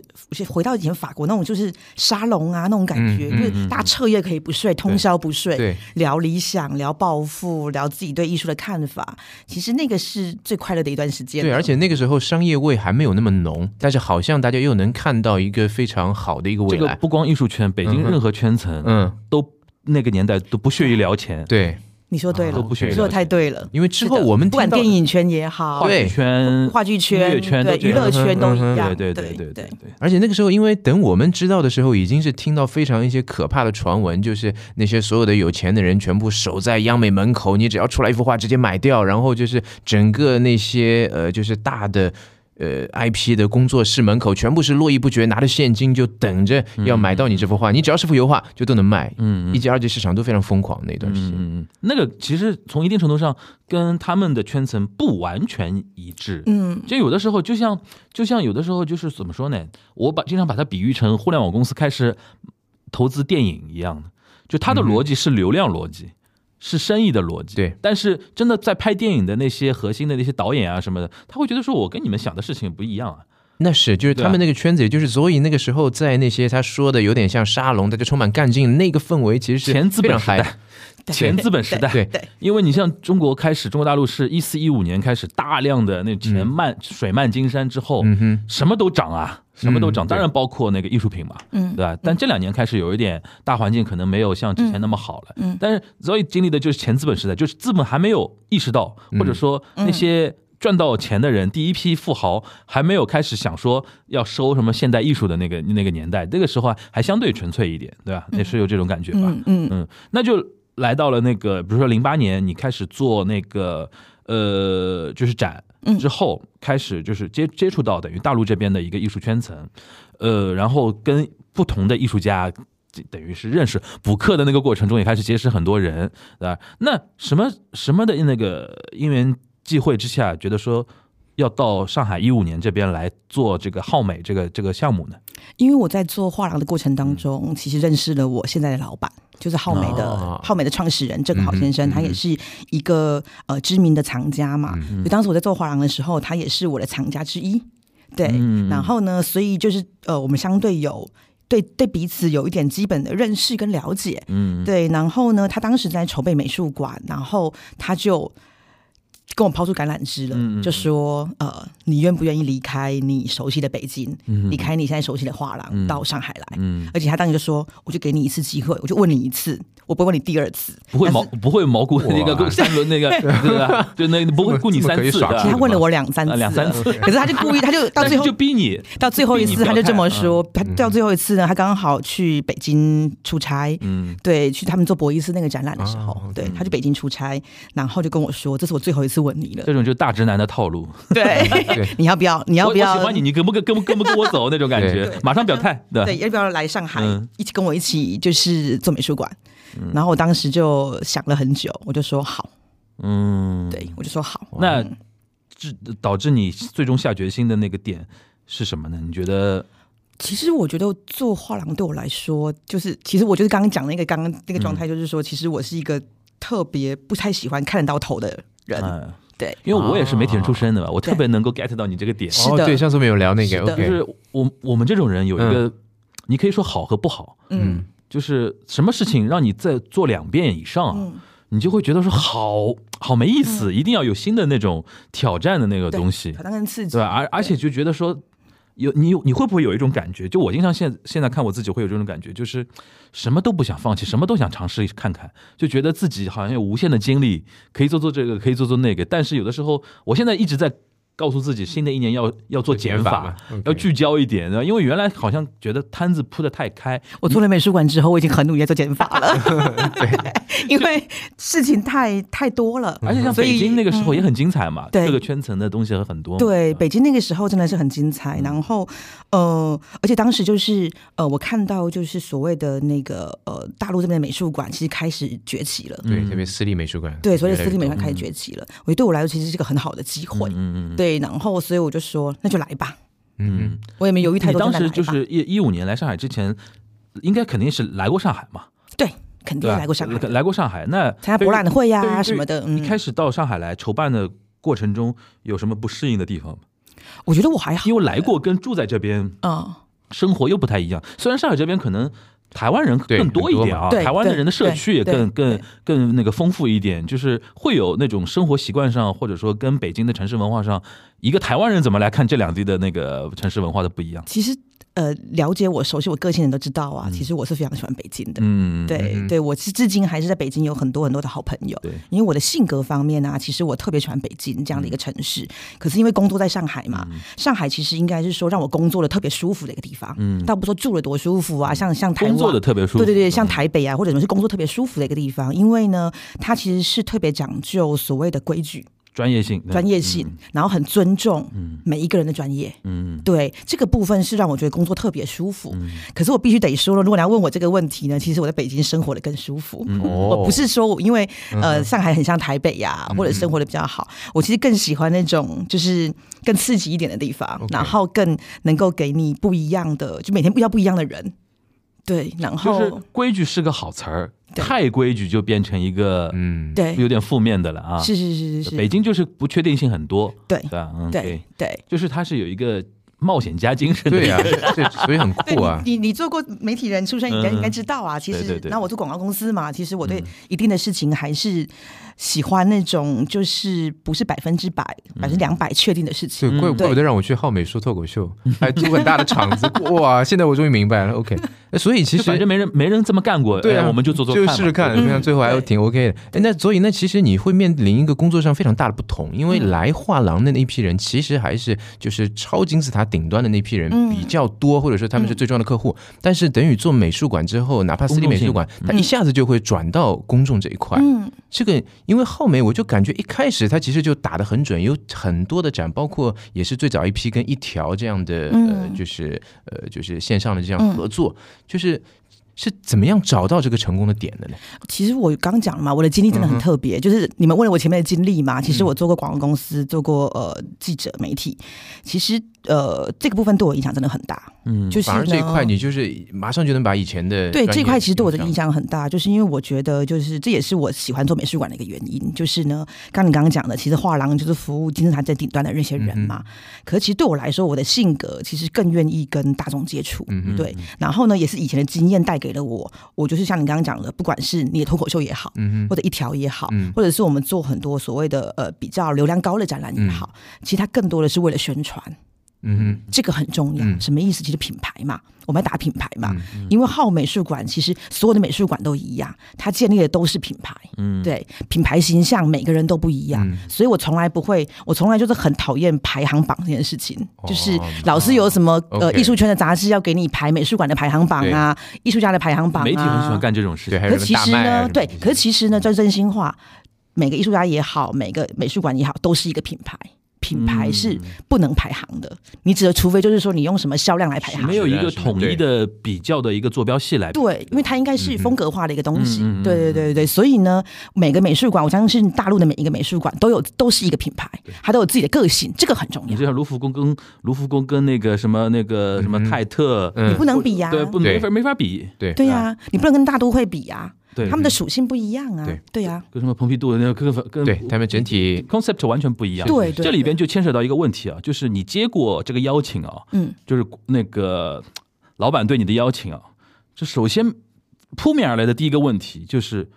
S3: 回到以前法国那种，就是沙龙啊那种感觉，
S1: 嗯嗯
S3: 就是大家彻夜可以不睡，通宵不睡
S1: 对，
S3: 聊理想，聊抱负，聊自己对艺术的看法。其实那个是最快乐的一段时间了。
S1: 对，而且那个时候商业味还没有那么浓，但是好像大家又能看到一个非常好的一个
S2: 这
S1: 未
S2: 个
S1: 来。
S2: 不光艺术圈，北京
S1: 嗯哼
S2: 任何圈层
S1: 嗯，
S2: 都那个年代都不屑于聊钱。
S1: 对，
S3: 你说对了，
S1: 都不屑于
S3: 你说
S1: 了
S3: 的
S1: 解
S3: 太对了。
S1: 因为之后
S3: 是的
S1: 我们
S3: 不管
S1: 听到
S3: 电影圈也好，
S1: 对
S2: 圈
S3: 话剧
S2: 音乐
S3: 圈、
S2: 圈都
S3: 对
S2: 这
S3: 娱
S2: 样
S3: 乐圈都
S1: 嗯哼
S3: 一样。
S2: 对
S3: 对
S2: 对对
S3: 对。
S2: 对，
S1: 而且那个时候，因为等我们知道的时候，已经是听到非常一些可怕的传闻，就是那些所有的有钱的人全部守在央美门口，你只要出来一幅画直接买掉，然后就是整个那些呃就是大的。呃，IP 的工作室门口全部是络绎不绝，拿着现金就等着要买到你这幅画。你只要是幅油画，就都能卖。
S2: 嗯
S1: 一级、二级市场都非常疯狂那段时间。
S2: 嗯，那个其实从一定程度上跟他们的圈层不完全一致。
S3: 嗯，
S2: 就有的时候，就像就像有的时候就是怎么说呢？我把经常把它比喻成互联网公司开始投资电影一样的，就它
S1: 嗯
S2: 的
S1: 哼
S2: 逻辑是流量逻辑，是生意的逻辑。
S1: 对，
S2: 但是真的在拍电影的那些核心的那些导演啊什么的，他会觉得说我跟你们想的事情不一样啊。
S1: 那是，就是
S2: 对
S1: 他们
S2: 啊
S1: 那个圈子，也就是所以那个时候在那些他说的有点像沙龙，大家充满干劲那个氛围，其实是
S2: 前资
S1: 非常
S2: 本时
S1: 嗨。
S2: 代，前资本时代，
S1: 对
S3: 对
S2: 因为你像中国开始，中国大陆是一四一五年开始大量的那钱漫、水漫金山之后，
S1: 嗯哼，
S2: 什么都涨啊，什么都涨，
S1: 嗯对
S2: 当然包括那个艺术品嘛，
S3: 嗯
S2: 对吧？但这两年开始有一点大环境可能没有像之前那么好了，
S3: 嗯
S2: 但是所以经历的就是前资本时代，就是资本还没有意识到，
S1: 嗯
S2: 或者说那些。赚到钱的人，第一批富豪还没有开始想说要收什么现代艺术的那个那个年代，那个时候还还相对纯粹一点，对吧？也是有这种感觉吧。
S3: 嗯嗯
S2: 嗯，那就来到了那个，比如说零八年你开始做那个呃，就是展
S3: 嗯
S2: 之后，开始就是接接触到等于大陆这边的一个艺术圈层，呃，然后跟不同的艺术家。等于是认识补课的那个过程中，也开始结识很多人，对吧？那什么什么的那个因缘际会之下，觉得说要到上海一五年这边来做这个浩美这个这个项目呢？
S3: 因为我在做画廊的过程
S1: 嗯
S3: 当中，其实认识了我现在的老板，就是浩美的、
S1: 哦
S3: 浩美的创始人郑好先
S1: 嗯
S3: 生，
S1: 哼嗯
S3: 他也是一个呃知名的藏家嘛。所以当时我在做画廊的时候，他也是我的藏家之一。对，
S2: 嗯
S3: 然后呢，所以就是呃，我们相对有对对彼此有一点基本的认识跟了解。
S2: 嗯，
S3: 对，然后呢，他当时在筹备美术馆，然后他就跟我抛出橄榄枝了，
S2: 嗯嗯嗯
S3: 就说呃，你愿不愿意离开你熟悉的北京，离开你现在熟悉的画廊，
S2: 嗯
S3: 到上海来？
S2: 嗯，
S3: 而且他当时就说，我就给你一次机会，我就问你一次，我不会问你第二次。
S2: 不会
S3: 但是
S2: 毛不会毛顾那
S1: 哎哇
S2: 个三轮那个，对
S1: (laughs)
S2: 吧？就那不会顾你
S1: 这么
S2: 三
S1: 可以
S2: 次
S1: 耍
S2: 的
S1: 酷
S3: 其实
S1: 的
S3: 他
S1: 吗
S3: 问了我两三次
S2: 啊
S3: 了，
S2: 两三次，
S3: 可是他就故意，他就到
S2: 但
S3: 最
S2: 是
S3: 后
S2: 就逼你，
S3: 到最后一
S2: 逼
S3: 次
S2: (laughs) 你
S3: 他
S2: 表
S3: 就这
S2: 态
S3: 么
S2: 嗯
S3: 说，他到最后一次呢，他刚好去北京出差，
S2: 嗯
S3: 对，去他们做博伊斯那个展览的时候，
S1: 哦
S3: 对，他去北京出差，然后就跟我说：“这是我最后一次吻
S2: (laughs)
S3: 你了
S2: 这，种就是大直男的套路。
S1: 对
S3: 对，你要不要？你要
S2: (laughs) 我
S3: 不要？
S2: 我喜欢你，你跟不跟跟不跟不跟我走那种感觉
S3: 对，
S2: 马上表态，对吧
S3: 对，，要不要来上海、
S2: 嗯
S3: 一起跟我一起就是做美术馆？”然后我当时就想了很久，我就说好，
S2: 嗯，。
S3: 对嗯我就说好。
S2: 那致导致你最终下决心的那个点是什么呢？你觉得
S3: 其实我觉得做画廊对我来说，就是其实我就是刚刚讲那个刚刚那
S2: 嗯
S3: 个状态，就是说，其实我是一个特别不太喜欢看得到头的人，
S2: 嗯，
S3: 呃对，
S2: 因为我也是媒体人出身的嘛，我特别能够 get 到你这个点，
S3: 是
S1: 哦，
S3: 的
S1: 对，上次我们有聊那
S3: 是
S1: 个
S2: 就
S3: 的
S1: OK，
S2: 是我我们这种人有一个，你可以说好和不好，
S3: 嗯
S2: 就是什么事情让你再做两遍以上啊，
S3: 嗯
S2: 你就会觉得说好好没意思，一定要有新的那种挑战的那个
S3: 对
S2: 东西
S3: 挑，战跟刺激，
S2: 对吧？啊而而且就觉得说。有你有你会不会有一种感觉？就我经常现现在看我自己会有这种感觉，就是什么都不想放弃，什么都想尝试看看，就觉得自己好像有无限的精力，可以做做这个，可以做做那个。但是有的时候，我现在一直在告诉自己，新的一年要要做减法，
S1: 嘛
S2: 要聚焦一点，因为原来好像觉得摊子铺的太开，
S3: 我做了美术馆之后，我已经很努力在做减法了，因为事情太太多了，
S2: 而且像
S3: 嗯所以
S2: 北京那个时候也很精彩嘛，
S3: 对
S2: 各个圈层的东西很多嘛。
S3: 对，北京那个时候真的是很精彩。然后，呃，而且当时就是呃，我看到就是所谓的那个呃，大陆这边的美术馆其实开始崛起了。
S2: 嗯
S1: 对，特别私立美术馆，
S3: 对，所以私立美
S1: 越来
S3: 术
S1: 越多
S3: 馆开始崛起了。我觉得对我来说其实是个很好的机会。
S2: 嗯嗯嗯。
S3: 对，然后所以我就说那就来吧，
S1: 嗯，
S3: 我也没犹豫太
S2: 你
S3: 多，
S2: 当时
S3: 就
S2: 就
S3: 来吧
S2: 是一一五年来上海之前，应该肯定是来过上海嘛，
S3: 对，肯定
S2: 对吧？啊
S3: 来过上海的，
S2: 来过上海。那
S3: 参加博览会呀、什么的。
S2: 对于
S3: 嗯
S2: 一，开始到上海来筹办的过程中，有什么不适应的地方吗？
S3: 我觉得我还好，
S2: 因为来过跟住在这边
S3: 嗯，
S2: 生活又不太一样。虽然上海这边可能台湾人
S1: 对
S2: 更多一点啊，
S3: 很多嘛对
S2: 台湾的人的社区也
S3: 对
S2: 更
S3: 对
S2: 更更那个丰富一点，就是会有那种生活习惯上，或者说跟北京的城市文化上，一个台湾人怎么来看这两地的那个城市文化的不一样？
S3: 其实呃，了解我、熟悉我个性的人都知道啊，其实我是非常喜欢北京的。
S2: 嗯，
S3: 对、
S1: 嗯
S3: 对，我是至今还是在北京有很多很多的好朋友。
S2: 对
S3: 因为我的性格方面啊，其实我特别喜欢北京这样
S2: 嗯
S3: 的一个城市。可是因为工作在上海嘛，上海其实应该是说让我工作的特别舒服的一个地方。嗯，倒不说住的多舒服啊，像像台湾
S2: 工作的特别舒服，嗯
S3: 对对对，像台北啊，或者什么是工作特别舒服的一个地方，因为呢，它其实是特别讲究所谓的规矩、
S2: 嗯专业性，
S3: 专业性，然后很尊重每一个人的专业。
S2: 嗯，
S3: 对，这个部分是让我觉得工作特别舒服。可是我必须得说了，如果你要问我这个问题呢，其实我在北京生活的更舒服。
S2: 嗯
S1: 哦
S3: 我不是说我因为呃上海很像台北呀、
S2: 嗯
S3: 或者生活的比较好，我其实更喜欢那种就是更刺激一点的地方
S1: OK
S3: 然后更能够给你不一样的，就每天遇到不一样的人。对，然
S2: 就
S3: 后、
S2: 是规矩是个好词儿，
S3: 哦对
S2: 太规矩就变成一个
S1: 嗯，
S3: 对，
S2: 有点负面的了啊。
S3: 是是是是
S2: 北
S3: 是，
S2: 京就是不确定性很多，
S3: 对
S2: 对吧？嗯，
S3: 对，对。
S2: 就是它是有一个冒险家精神的，
S1: 对
S3: (laughs)
S1: 呀、这所以很
S3: 对
S1: 酷啊。
S3: 你，你你做过媒体人出身，你应该
S2: 嗯
S3: 应该知道啊。其
S2: 对对
S3: 实，
S2: 对
S3: 那我做广告公司嘛，其实我对一定的事情还是喜欢那种，就是不是百分之百、百分之两百确定的事情。
S1: 对，怪
S3: 对
S1: 怪不得让我去浩美说脱口秀，还租很大的场
S3: (laughs)
S1: 子，哇！现在我终于明白了。OK，呃所以其
S2: 就
S1: 实
S2: 反正没人没人这么干过，
S1: 对啊
S2: 哎我们就做做
S1: 就
S2: 嘛
S1: 试试看，
S2: 对
S1: 没想到最后还
S3: 嗯对
S1: 挺 OK 的。哎那所以那其实你会面临一个工作上非常大的不同，因
S3: 嗯
S1: 为来画廊的那一批人其实还是就是超金字塔顶端的那批人
S3: 嗯
S1: 比较多，或者说他们是最重要的客户。但是等于做美术馆之后，哪怕私立
S2: 公众
S1: 美
S2: 性
S1: 术馆，他一下子就会转到公众这一块。
S3: 嗯，
S1: 这个因为浩美，我就感觉一开始他其实就打得很准，有很多的展，包括也是最早一批跟一条这样的、呃，
S3: 嗯
S1: 就是呃，就是线上的这样合作，就是是怎么样找到这个成功的点的呢？
S3: 其实我刚讲了嘛，我的经历真的很特别，就是你们问了我前面的经历嘛，其实我做过广告公司，做过呃记者媒体，其实呃这个部分对我影响真的很大。嗯，就是
S1: 反而这一
S3: 呢
S1: 块，你就是马上就能把以前的
S3: 对
S1: 专
S3: 这一
S1: 业
S3: 块，其实对我的影
S1: 影响
S3: 响很大，就是因为我觉得，就是这也是我喜欢做美术馆的一个原因。就是呢，刚你刚刚讲的，其实画廊就是服务金字塔在顶端的那些人
S1: 嗯
S3: 嘛。可其实对我来说，我的性格其实更愿意跟大众接触。
S1: 嗯哼
S3: 对，然后呢，也是以前的经验带给了我。我就是像你刚刚讲的，不管是你的脱口秀也好，
S1: 嗯哼
S3: 或者一条也好，
S1: 嗯
S3: 或者是我们做很多所谓的呃比较流量高的展览也好，其实它更多的是为了宣传。
S1: 嗯
S3: 这个很重要。
S1: 嗯
S3: 什么意思？其实品牌嘛，我们要打品牌嘛。
S2: 嗯
S3: 因为好美术馆，其实所有的美术馆都一样，它建立的都是品牌。嗯，对，品牌形象每个人都不一样，
S2: 嗯
S3: 所以我从来不会，我从来就是很讨厌排行榜这件事情。
S2: 哦
S3: 就是老师有什么、呃
S1: OK
S3: 艺术圈的杂志要给你排美术馆的排行榜啊，艺术家的排行榜啊，
S2: 媒体很喜欢干这种事
S1: 哼，对，还有
S2: 情，
S3: 可
S1: 什么
S3: 是其
S1: 大
S3: 实
S1: 麦啊
S3: 呢
S1: 什，么
S3: 对
S1: 这，些
S3: 可是其实呢，这真心话，每个艺术家也好，每个美术馆也好，都是一个品牌。品牌是不能排行的，你只有除非就是说你用什么销量来排行
S2: 没，有一个统一的比较的一个坐标系来。
S3: 对，因为它应该是风格化的一个东西，
S2: 嗯嗯嗯
S3: 对对对对，所以呢，每个美术馆，我相信大陆的每一个美术馆都有都是一个品牌，它都有自己的个性，这个很重
S2: 你
S3: 要，
S2: 就像卢浮宫跟卢浮宫跟那个什么那个什么泰特，
S1: 嗯
S3: 你不能比呀、
S2: 对，不
S1: 对
S2: 没法没法比。
S1: 对
S3: 对呀、你不能跟大都会比呀、
S2: 对，
S3: 他们的属性不一样啊
S1: 对，
S3: 对呀、
S2: 跟什么蓬皮杜那个跟跟
S1: 对他们整体
S2: concept 完全不一样。
S3: 对对
S2: 这里边就牵扯到一个问题啊，就是你接过这个邀请啊，
S3: 嗯，
S2: 就是那个老板对你的邀请啊，这首先扑面而来的第一个问题就是。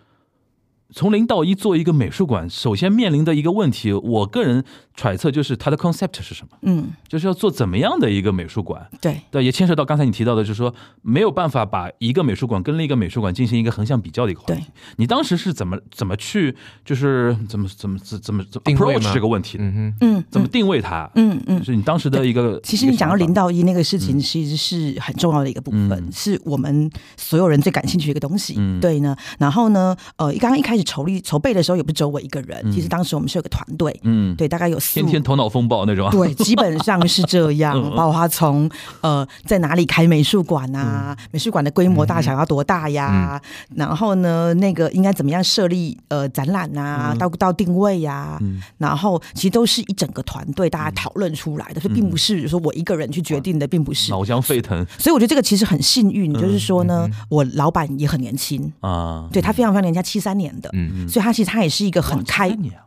S2: 从零到一做一个美术馆，首先面临的一个问题，我个人揣测就是它的 concept 是什么，
S3: 嗯，
S2: 就是要做怎么样的一个美术馆。
S3: 对，
S2: 对，也牵涉到刚才你提到的，就是说没有办法把一个美术馆跟另一个美术馆进行一个横向比较的一个话题
S3: 对。
S2: 你当时是怎么怎么去，就是怎么怎么怎怎么怎么
S1: 定位
S2: approach
S1: 吗
S2: 这个问题的？
S1: 嗯
S3: 嗯，
S2: 怎么定位它？
S3: 嗯嗯。
S2: 是你当时的一个。
S3: 其实你讲到零
S2: 导，
S3: 到一那个事情，其实是很重要的一个部分，
S2: 嗯
S3: 是我们所有人最感兴趣的一个东西。
S2: 嗯
S3: 对呢，然后呢，呃，刚刚一开始筹立筹备的时候，也不是只有我一个人，其实当时我们是有个团队，
S2: 嗯，
S3: 对，大概有四
S2: 天
S3: 五
S2: 天头脑风暴那种。
S3: 对，基本上是这样
S2: 啊 (laughs) 嗯嗯，
S3: 包括他从呃在哪里开美术馆啊，
S2: 嗯
S3: 美术馆的规模大小要多大呀，然后呢，那个应该怎么样设立呃展览
S2: 嗯
S3: 啊，到到定位呀、然后其实都是一整个团队大家讨论出
S2: 嗯
S3: 来的，这、并不是说我一个人去决定的，并不是。
S2: 脑浆沸腾
S3: 所以我觉得这个其实很
S2: 嗯
S3: 幸运，就是说呢，我老板也很年轻，
S2: 啊！
S3: 对他非常非常年轻，七三年的，
S1: 嗯
S3: 所以他其实他也是一个很
S2: 哇
S3: 开
S2: 73年啊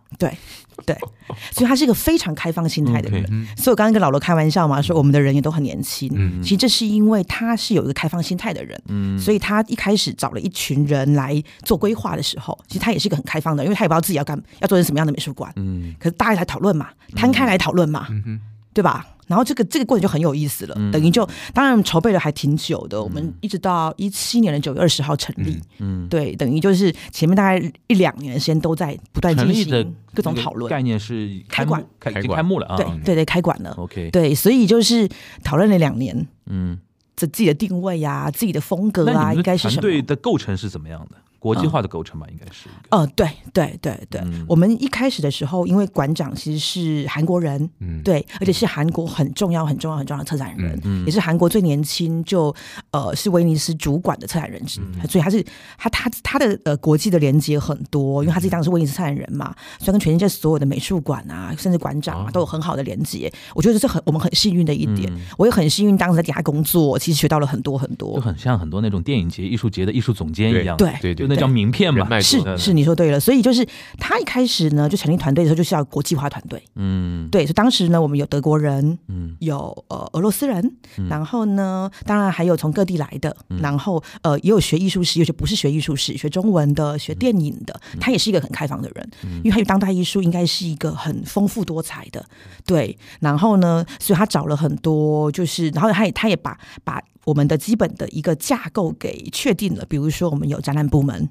S3: 所以他是一个非常开放心态的人。
S2: OK，
S1: 嗯
S3: 所以我刚刚跟老罗开玩笑嘛，说我们的人也都很年轻。
S1: 嗯
S3: 其实这是因为他是有一个开放心态的人，
S2: 嗯，
S3: 所以他一开始找了一群人来做规划的时候，其实他也是一个很开放的，因为他也不知道自己要干要做成什么样的美术馆。
S2: 嗯
S3: 可是大家来讨论嘛，摊开来讨论嘛，
S1: 嗯哼，
S3: 对吧？然后这个这个过程就很有意思了，
S2: 嗯
S3: 等于就当然筹备了还挺久的，我们一直到一七年的九月二十号成立，
S2: 嗯，
S3: 对，等于就是前面大概一两年的时间都在不断
S2: 成
S3: 进
S2: 立的
S3: 行各种讨论，
S2: 概念是
S3: 开
S2: 幕
S3: 馆
S2: 开已
S1: 开
S2: 经
S1: 馆
S2: 开幕了啊。
S3: 对对对，开馆了，
S2: OK，
S3: 对，所以就是讨论了两年，
S2: 嗯，
S3: 这自己的定位呀、自己的风格
S2: 那你
S3: 啊，
S2: 们
S3: 应该
S2: 的
S3: 是
S2: 团
S3: 什
S2: 队
S3: 么？嗯
S2: 的构成是怎么样的？国际化的构成吧，应该是一个。
S3: 呃，对对对对，
S2: 嗯
S3: 我们一开始的时候，因为馆长其实是韩国人，
S1: 嗯，
S3: 对，而且是韩国很重要、很重要、很重要的策展人，
S2: 嗯
S3: 也是韩国最年轻就呃是威尼斯主管的策展人之一，所以他是他他他的呃国际的连接很多，因为他自己当时威尼斯策展人嘛，所以他跟全世界所有的美术馆啊，甚至馆
S1: 哦
S3: 长啊都有很好的连接。我觉得这是很我们很幸运的一点，我也很幸运，当时在底下工作，其实学到了很多很
S2: 就
S3: 多。
S2: 很像很多那种电影节、艺术节的艺术总监一样，
S3: 对
S1: 对
S2: 就
S1: 对
S2: 那
S1: 对，
S2: 叫名片
S1: 人
S2: 吧。
S1: 脉
S3: 是
S1: 多
S3: 是，你说对了，所以就是他一开始呢，就成立团队的时候就是要国际化团队，
S2: 嗯
S3: 对，所以当时呢，我们有德国人，
S2: 嗯
S3: 有呃俄罗斯人，
S2: 嗯
S3: 然后呢，当然还有从各地来的，然后呃也有学艺术史，有些不是学艺术史，学中文的，
S2: 嗯
S3: 学电影的，他也是一个很开放的人，因为他有当代艺术应该是一个很丰富多彩的，对，然后呢，所以他找了很多，就是然后他也他也把把我们的基本的一个架构给确定了，比如说我们有展览部门，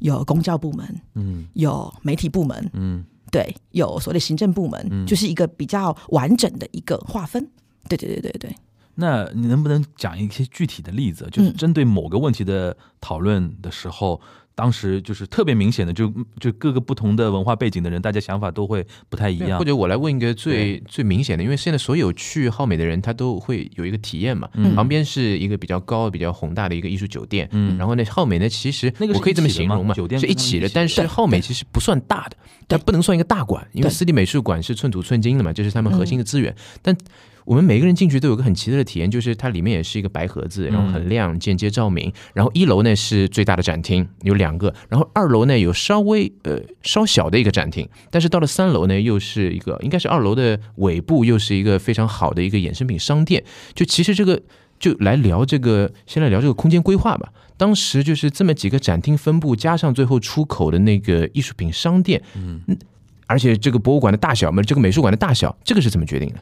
S3: 有公教部门，
S2: 嗯
S3: 有媒体部门，
S2: 嗯
S3: 对，有所谓的行政部门，
S2: 嗯
S3: 就是一个比较完整的一个划分。对对对对对，
S2: 那你能不能讲一些具体的例子？就是
S3: 嗯
S2: 针对某个问题的讨论的时候，当时就是特别明显的，就就各个不同的文化背景的人，大家想法都会不太一
S1: 对
S2: 样
S1: 或。者我来问一个最最明显的，因为现在所有去浩美的人，他都会有一个体验嘛。
S2: 嗯
S1: 旁边是一个比较高、比较宏大的一个艺术酒店，
S2: 嗯
S1: 然后呢，浩美呢，其实
S2: 那个是
S1: 我可以这么
S2: 一起的
S1: 形
S2: 吗
S1: 容嘛，
S2: 酒店
S1: 是
S2: 跟
S1: 一
S2: 他们
S1: 起
S2: 一
S1: 的，
S2: 起
S1: 但
S2: 的
S1: 是浩美其实不算大的，它不能算一个大馆，因为
S3: 对
S1: 私立美术馆是寸土寸金的嘛，这是他们核
S2: 嗯
S1: 心的资源，但。我们每个人进去都有个很奇特的体验，就是它里面也是一个白盒子，然后
S2: 嗯
S1: 很亮，间接照明。然后一楼呢是最大的展厅，有两个；然后二楼呢有稍微呃稍小的一个展厅，但是到了三楼呢又是一个，应该是二楼的尾部又是一个非常好的一个衍生品商店。就其实这个就来聊这个，先来聊这个空间规划吧。当时就是这么几个展厅分布，加上最后出口的那个艺术品商店，嗯，而且这个博物馆的大小嘛，这个美术馆的大小，这个是怎么决定的？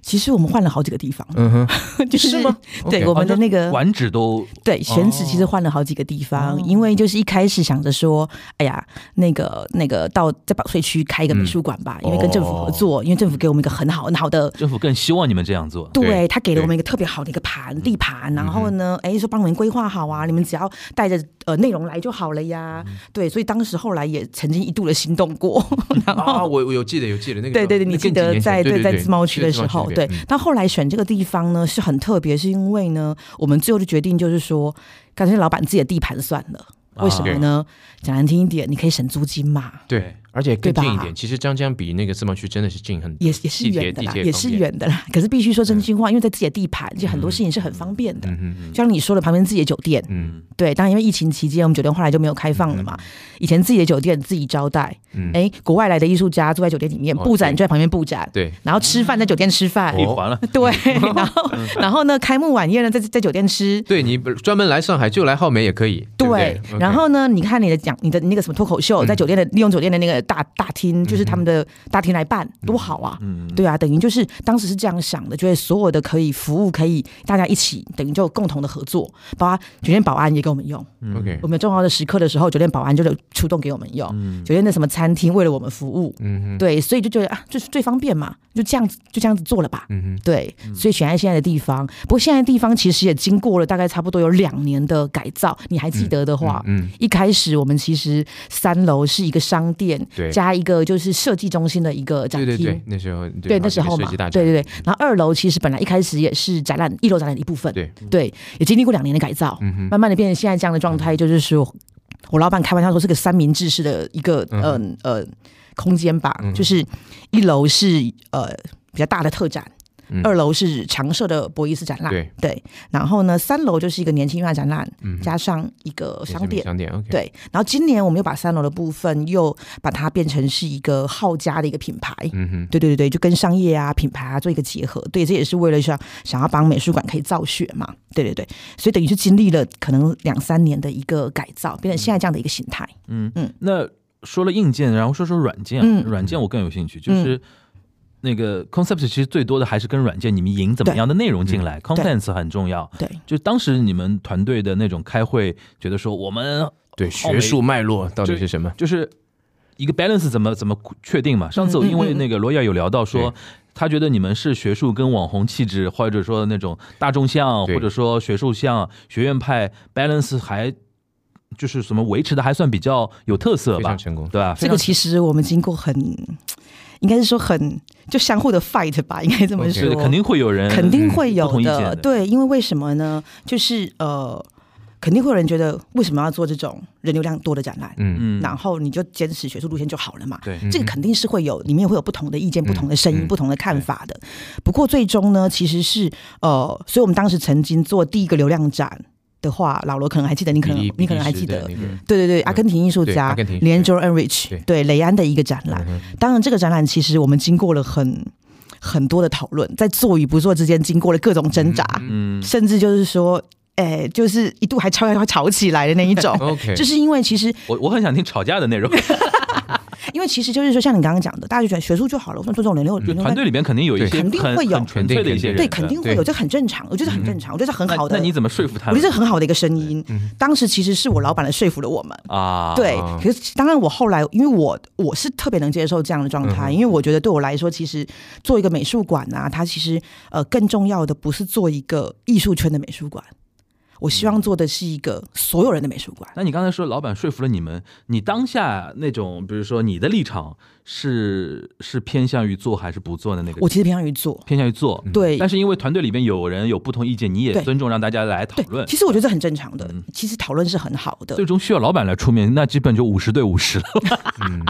S3: 其实我们换了好几个地方，
S1: 嗯哼，
S3: 就是
S1: 是吗
S3: 对
S1: OK
S3: 我们的那个、
S2: 馆址都
S3: 对选址，
S1: 哦
S3: 其实换了好几个地方，因为就是一开始想着说，哎呀，那个那个到在保税区开一
S1: 嗯
S3: 个美术馆吧，因为跟政府合作，
S1: 哦
S3: 因为政府给我们一个很好很好的
S2: 政府更希望你们这样做。
S1: 对
S3: 对他给了
S1: 对嗯
S3: 我们一个特别好的一个盘地盘，然后呢，哎，说帮你们规划好啊，你们只要带着呃内容来就好了呀。
S1: 嗯
S3: 对，所以当时后来也曾经一度的心动
S1: (laughs)
S3: 过，然后。
S1: (laughs) 啊，我我有记得有记得那个地
S3: 对
S1: 方，
S3: 对对，你
S1: 那
S3: 记
S1: 更几年
S3: 得
S1: 前
S3: 在
S1: 对
S3: 在自贸区的时候，对
S1: 嗯，
S3: 但后来选这个地方呢是很特别，是因为呢，我们最后的决定就是说，干脆老板自己的地盘算了。
S1: 啊
S3: 为什么呢？讲难听一点，你可以省租金嘛，
S1: 对，而且更
S3: 对吧
S1: 近一点。其实张江比那个自贸区真的是近很多，
S3: 也也是
S1: 地铁
S3: 远的
S1: 地，
S3: 啦
S1: 铁
S3: 也
S1: 方
S3: 是
S1: 便
S3: 远的啦。可是必须说真心话，因为在自己的地盘，就很多事情是很方便的。
S1: 嗯
S3: 就像你说的，旁边自己的酒店，
S1: 嗯
S3: 对，当然因为疫情期间，我们酒店后来就没有开放了嘛。以前自己的酒店自己招待，
S1: 嗯嗯，
S3: 哎，国外来的艺术家坐在酒店里面
S1: 哦
S3: 布展，就在旁边布展，
S1: 对，
S3: 然后吃饭在酒店吃
S1: 哦
S3: 饭，
S2: 闭环了，
S3: (laughs) 对，然后
S1: 嗯
S3: 然后呢，开幕晚宴呢，在在酒店吃。
S1: (laughs) 对你不专门来上海就来浩美也可以，对不对，OK 嗯
S3: 然后呢？你看你的讲，你的那个什么脱口秀，在酒店的利用酒店的那个大大厅，就是他们的大厅来办，多好啊！
S2: 嗯，
S3: 对啊，等于就是当时是这样想的，就是所有的可以服务，可以大家一起，等于就共同的合作，包括酒店保安也给我们用。
S1: OK，
S3: 我们有重要的时刻的时候，酒店保安就得出动给我们用，酒店的什么餐厅为了我们服务，
S1: 嗯哼
S3: 对，所以就觉得啊，就是最方便嘛，就这样子就这样子做了吧。
S1: 嗯哼，
S3: 对，所以选在现在的地方。不过现在的地方其实也经过了大概差不多有两年的改造。你还记得的话，
S1: 嗯
S3: 一开始我们其实三楼是一个商店
S1: 对
S3: 加一个就是设计中心的一个展
S1: 对对
S3: 厅，
S1: 对，那时候
S3: 对那时候
S1: 设
S3: 嘛
S1: 计大，展
S3: 对对对。然后二楼其实本来一开始也是展览，一楼展览的一部分，
S1: 对
S3: 也经历过两年的改造，
S1: 嗯哼嗯
S3: 慢慢的变成现在这样的状态，就是说我老板开玩笑说是个三明治式的一个
S1: 嗯
S3: 嗯呃空间吧，
S1: 嗯
S3: 就是一楼是呃比较大的特展。
S1: 嗯
S3: 二楼是常设的博伊斯展览，
S1: 对嗯
S3: 然后呢，三楼就是一个年轻化展览，加上一个商店。
S1: 商店，OK，，
S3: 对，然后今年我们又把三楼的部分又把它变成是一个好家的一个品牌，
S1: 嗯哼，
S3: 对对对对，就跟商业啊、品牌啊做一个结合。对，这也是为了想想要帮美术馆可以造血嘛。对对对，所以等于是经历了可能两三年的一个改造，变成现在这样的一个形态。
S2: 嗯
S3: 嗯
S2: 那说了硬件，然后说说软件啊，
S3: 嗯
S2: 软件我更有兴趣，就是。那个 concept 其实最多的还是跟软件，你们引怎么样的内容进来，contents 很重要。
S3: 对，
S2: 就当时你们团队的那种开会，觉得说我们
S1: 对，学术脉络到底是什么？
S2: 就是一个 balance 怎么怎么确定
S3: 嗯
S2: 嘛？上次我因为那个罗伊尔有聊到说
S1: 对，
S2: 他觉得你们是学术跟网红气质，或者说那种大众向，
S1: 对
S2: 或者说学术向、学院派 balance 还就是什么维持的还算比较有特色
S1: 非
S2: 吧
S1: 常，成功，
S2: 对吧？
S3: 这个其实我们经过很，应该是说很就相互的 fight 吧，应该这么
S1: OK，
S3: 说。
S2: 是肯定会有人
S3: 肯定会
S2: 不
S3: 有
S2: 同意见
S3: 的，
S2: 的
S3: 对，因为为什么呢？就是呃，肯定会有人觉得为什么要做这种人流量多的展览？
S1: 嗯，
S2: 嗯
S3: 然后你就坚持学术路线就好了嘛。
S2: 对
S1: 嗯
S3: 这个肯定是会有，里面会有不同的意见、
S1: 嗯
S3: 不同的声音、
S1: 嗯
S3: 不同的看法的。不过最终呢，其实是呃，所以我们当时曾经做第一个流量展的话，老罗可能还记得，你可
S1: 比
S3: 能
S1: 利
S3: 你可能还
S1: 比
S3: 记
S1: 利时的
S3: 得，嗯
S1: 那个
S3: 对对对，阿根廷艺
S1: 嗯
S3: 术
S1: 对
S3: 家
S1: 阿根廷
S3: l e a n d r o Enrich
S1: 对
S3: 对雷安的一个展览。
S1: 嗯。
S3: 当然，这个展览其实我们经过了很很多的讨论，在做与不做之间经过了各种挣扎，
S2: 嗯
S3: 甚至就是说，哎、就是一度还吵要吵起来的那一种
S1: ，OK， (laughs)
S3: 就是因为其实，
S2: 我我很想听吵架的内
S3: (laughs)
S2: 容，
S3: 因为其实就是说，像你刚刚讲的，大家就觉得学术就好了，我说这种人流人流
S2: 嗯
S3: 量
S2: 团队里边肯定有一
S1: 对
S2: 些
S3: 肯定
S2: 很
S3: 会有
S2: 很纯粹的一些人，
S3: 对，肯定会有，
S1: 对
S3: 这很正常，我觉得很正常，我觉得很
S2: 嗯那
S3: 好的。
S2: 那你怎么说服他
S3: 我觉
S2: 们
S3: 得这很好的一个声音
S1: 嗯。
S3: 当时其实是我老板来说服了我们，
S2: 啊？
S3: 对，可是当然，我后来因为我我是特别能接受这样的状
S2: 嗯
S3: 态，因为我觉得对我来说，其实做一个美术馆啊，它其实呃更重要的不是做一个艺术圈的美术馆，我
S2: 嗯
S3: 希望做的是一个所有人的美术馆。
S2: 那你刚才说老板说服了你们，你当下那种，比如说你的立场是是偏向于做还是不做的那个？
S3: 我其实偏向于做，
S2: 偏向于做，
S3: 对
S2: 但是因为团队里面有人有不同意见，你也
S3: 对
S2: 尊重，让大家来讨
S3: 对，
S2: 论。
S3: 其实我觉得这很正常的
S2: 嗯，
S3: 其实讨论是很好的。
S2: 最终需要老板来出面，那基本就五十对五十了。
S1: 嗯，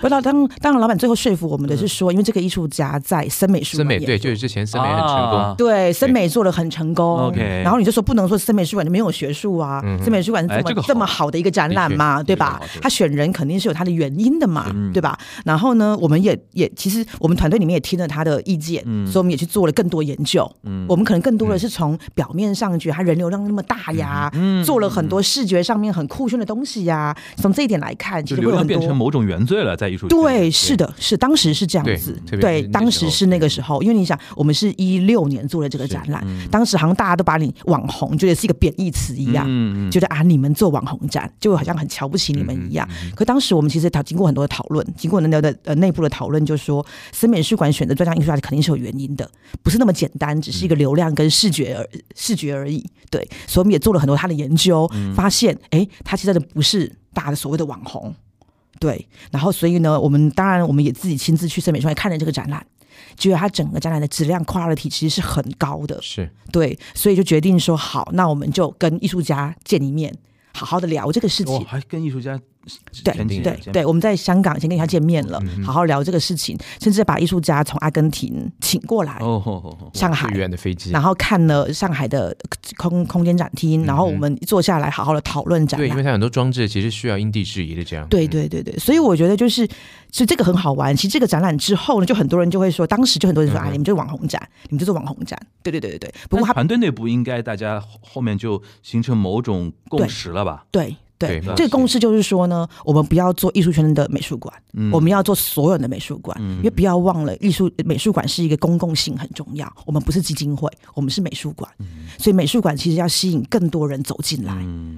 S3: 不知道当当然，老板最后说服我们的
S2: 嗯
S3: 是说，因为这个艺术家在森美术
S1: 森
S3: 馆
S1: 美
S3: 也哦
S1: 对，就是之前森美很成功
S2: 啊，
S3: 对，森美做的很成功。
S2: OK
S3: 嗯然后你就说不能说森美术馆就没有学术啊，森美术馆是这么、
S2: 哎这个好
S3: 这么好的一个展览嘛，对吧
S2: 这个好这？个嗯
S3: 他选人肯定是有他的原因的嘛，对吧？然后呢，我们也也其实我们团队里面也听了他的意见，
S2: 嗯
S3: 所以我们也去做了更多研究。我们可能更多的是从表面上觉得他人流量那么大呀，
S2: 嗯
S3: 做了很多视觉上面很酷炫的东西呀。从这一点来看，其
S2: 就
S3: 实
S2: 流
S3: 会有
S2: 量
S3: 很
S2: 变成
S3: 多。
S2: 某种原罪了，在艺术圈
S3: 对，是的，是当时是这样
S1: 对
S3: 子，
S1: 特别是那时候
S3: 当时是那个时候，因为你想，我们是一六年做的这个展览，当时好像大家都把你网红觉得是一个贬义词一样，
S2: 嗯嗯
S3: 觉得啊你们做网红展就好像很瞧不起你们一样。可当时我们其实讨经过很多的讨论，经过人流的呃内部的讨论，就说森美术馆选择专项艺术家肯定是有原因的，不是那么简单，
S2: 嗯
S3: 只是一个流量跟视觉而视觉而已。对，所以我们也做了很多他的研究，
S2: 嗯
S3: 发现诶，他其实真的不是大的所谓的网红。对，然后所以呢，我们当然我们也自己亲自去森美术馆看了这个展览，觉得它整个展览的质量 quality 其实是很高的，
S1: 是
S3: 对，所以就决定说好，那我们就跟艺术家见一面，好好的聊这个事
S2: 哦，
S3: 情。
S2: 还跟艺术家
S3: 对
S2: 前景
S3: 对对，我们在香港先跟他见面了，
S2: 嗯
S3: 好好聊这个事情，甚至把艺术家从阿根廷请过来、
S2: 哦吼吼吼，
S3: 上海
S1: 最，远的飞机
S3: 然，后看了上海的空空间展
S1: 嗯
S3: 厅，然后我们坐下来好好的讨论展
S1: 对，因
S3: 览
S1: 为。它很多装置其实需要因地制宜的这样，
S3: 对
S1: 嗯
S3: 对对对，所以我觉得就是，所以这个很好玩。其实这个展览之后呢，就很多人就会说，当时就很多
S1: 嗯
S3: 人说、啊，你们就是网红展，你们就做网红展。对对对对对。不过
S2: 但
S3: 他
S2: 团队内部应该大家后后面就形成某种共
S3: 对
S2: 识了吧？
S3: 对对
S1: 对那，
S3: 这个
S1: 是
S3: 共识就是说呢，我们不要做艺术圈的美术馆，
S2: 嗯
S3: 我们要做所有的美术馆，
S1: 嗯
S3: 因为不要忘了，艺术美术馆是一个公共性很重要，我们不是基金会，我们是美术馆，
S1: 嗯
S3: 所以美术馆其实要吸引更多人走进来。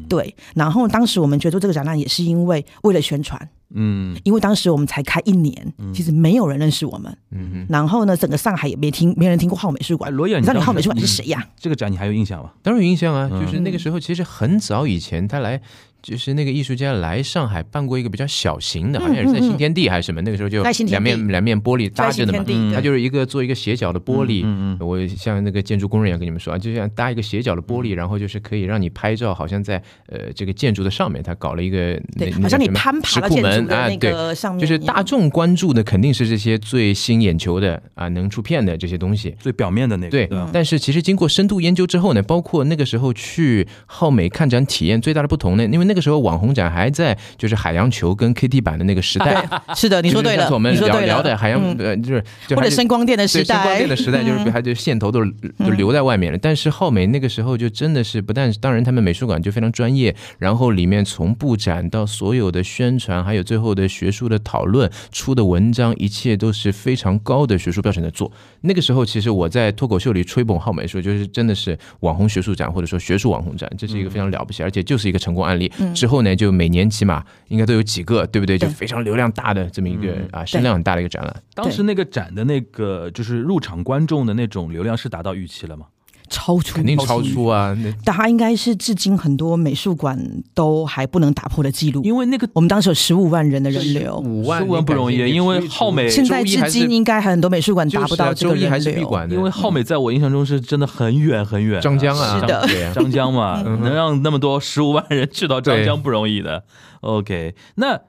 S3: 对，然后当时我们觉得这个展览也是因为为了宣传，
S2: 嗯
S3: 因为当时我们才开一年，其实没有人认识我们，
S1: 嗯
S3: 然后呢，整个上海也没听，没人听过浩美术
S2: 哎
S3: 馆，
S1: 啊
S2: 罗伊尔，
S3: 你知道你浩
S2: 当时
S3: 美术馆是
S2: 嗯
S3: 谁呀、
S2: 这个展你还有印象吗？
S3: 嗯
S1: 当然有印象啊，就是那个时候其实很早以前他来就是那个艺术家来上海办过一个比较小型的，好像也是在新天地还是什么，那个时候就
S3: 嗯在新天
S1: 两
S3: 地
S1: 面两面玻璃搭着的嘛
S3: 在新天，地
S1: 它
S3: 对
S1: 就是一个做一个斜角的玻璃。
S2: 嗯嗯
S1: 我像那个建筑工人一样跟你们说啊，就像搭一个斜角的玻
S3: 嗯
S1: 璃，然后就是可以让你拍照，好像在呃这个建筑的上面，他搞了一个那
S3: 对，
S1: 那
S3: 好
S1: 个
S3: 像你
S1: 什么
S3: 攀
S1: 石
S3: 爬到
S1: 库
S3: 建
S1: 门
S3: 筑的
S1: 啊，
S3: 那
S1: 对，
S3: 个上面
S1: 就
S3: 一
S1: 是
S3: 样，
S1: 大众关注的肯定是这些最吸引眼球的啊，能出片的这些东西。
S2: 最表面的那个，
S1: 对啊
S2: 吧，
S1: 但是其实经过深度研究之后呢，包括那个时候去浩美看展体验最大的不同呢，因为那个时候网红展还在就是海洋球跟 KT 板的那个时代，
S3: 对，是的， (laughs) 你
S1: 就是
S3: 说对
S1: 上
S3: 了
S1: 次我，们
S3: 你说
S1: 聊
S3: 对
S1: 聊
S3: 了
S1: 的海洋、
S3: 嗯
S1: 呃就是就
S3: 或
S1: 还
S3: 者
S1: 是
S3: 声光电的时
S1: 对，光
S3: 代嗯
S1: 电的，时代就是还就线头都都留在外面了。但是浩美那个时候就真的是，不但是当然他们美术馆就非常专业，然后里面从布展到所有的宣传，还有最后的学术的讨论、出的文章，一切都是非常高的学术标准在做。那个时候，其实我在脱口秀里吹捧浩美说，就是真的是网红学术展或者说学术网红展，这是
S3: 嗯
S1: 一个非常了不起，而且就是一个成功案例。之后呢，就每年起码应该都有几个，对不对？就
S3: 对
S1: 非常流量大的这么一个
S3: 嗯
S1: 啊声量很大的一个展览。
S2: 当时那个展的那个就是入场观众的那种流量是达到预期了吗？
S3: 超出
S1: 肯定超出啊！那
S3: 但它应该是至今很多美术馆都还不能打破的记录。
S2: 因为那个
S3: 我们当时有十五万人的人流，
S1: 五
S2: 万中文不容易因为浩美
S3: 现在
S1: 周一
S3: 至
S1: 还是
S3: 今应该很多美术馆达不到这
S1: 周
S3: 个
S1: 一还
S3: 人
S1: 是闭
S3: 流。
S1: 馆的，
S2: 因为浩美在我印象中是真的很远很远啊，
S1: 张江啊，
S3: 是的
S1: 对啊
S2: 张江嘛，
S1: 嗯
S2: 能让那么多十五万人去到张江不容易的。OK，那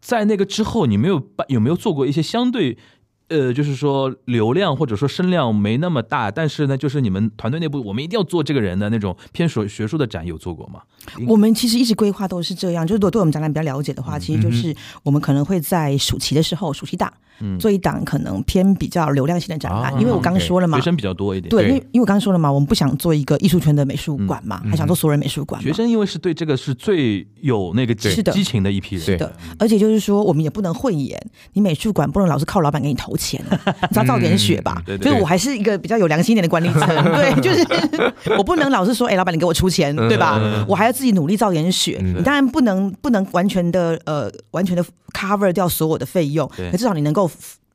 S2: 在那个之后，你没有办有没有做过一些相对？呃，就是说流量或者说声量没那么大，但是呢，就是你们团队内部，我们一定要做这个人的那种偏学学术的展，有做过吗？
S3: 我们其实一直规划都是这样，就是如果对我们展览比较了解的话，其实就是我们可能会在暑期的时候，暑期档做一档可能偏比较流量性的展览，
S1: 啊
S3: 因为我刚
S1: OK，
S3: 说了嘛
S2: 学，生比较多一点，
S3: 对，因为嗯
S1: 对
S3: 因为我刚说了嘛，我们不想做一个艺术圈的美术馆嘛，还想做所有人美术馆嘛。
S2: 学生因为是对这个是最有那个激
S3: 是的
S2: 激情的一批人，
S1: 对
S3: 的，而且就是说，我们也不能混眼，你美术馆不能老是靠老板给你投钱啊、你知道造点血吧？
S2: 对对
S3: 所以我还是一个比较有良心一点的
S2: (laughs)
S3: 管理层，对，就是我不能老是 (laughs) 说，哎、老板你给我出钱，
S2: 嗯
S3: 对吧？我还要自己努力造点血。你当然不能不能完全的呃完全的 cover 掉所有的费用，
S2: 对
S3: 可至少你能够。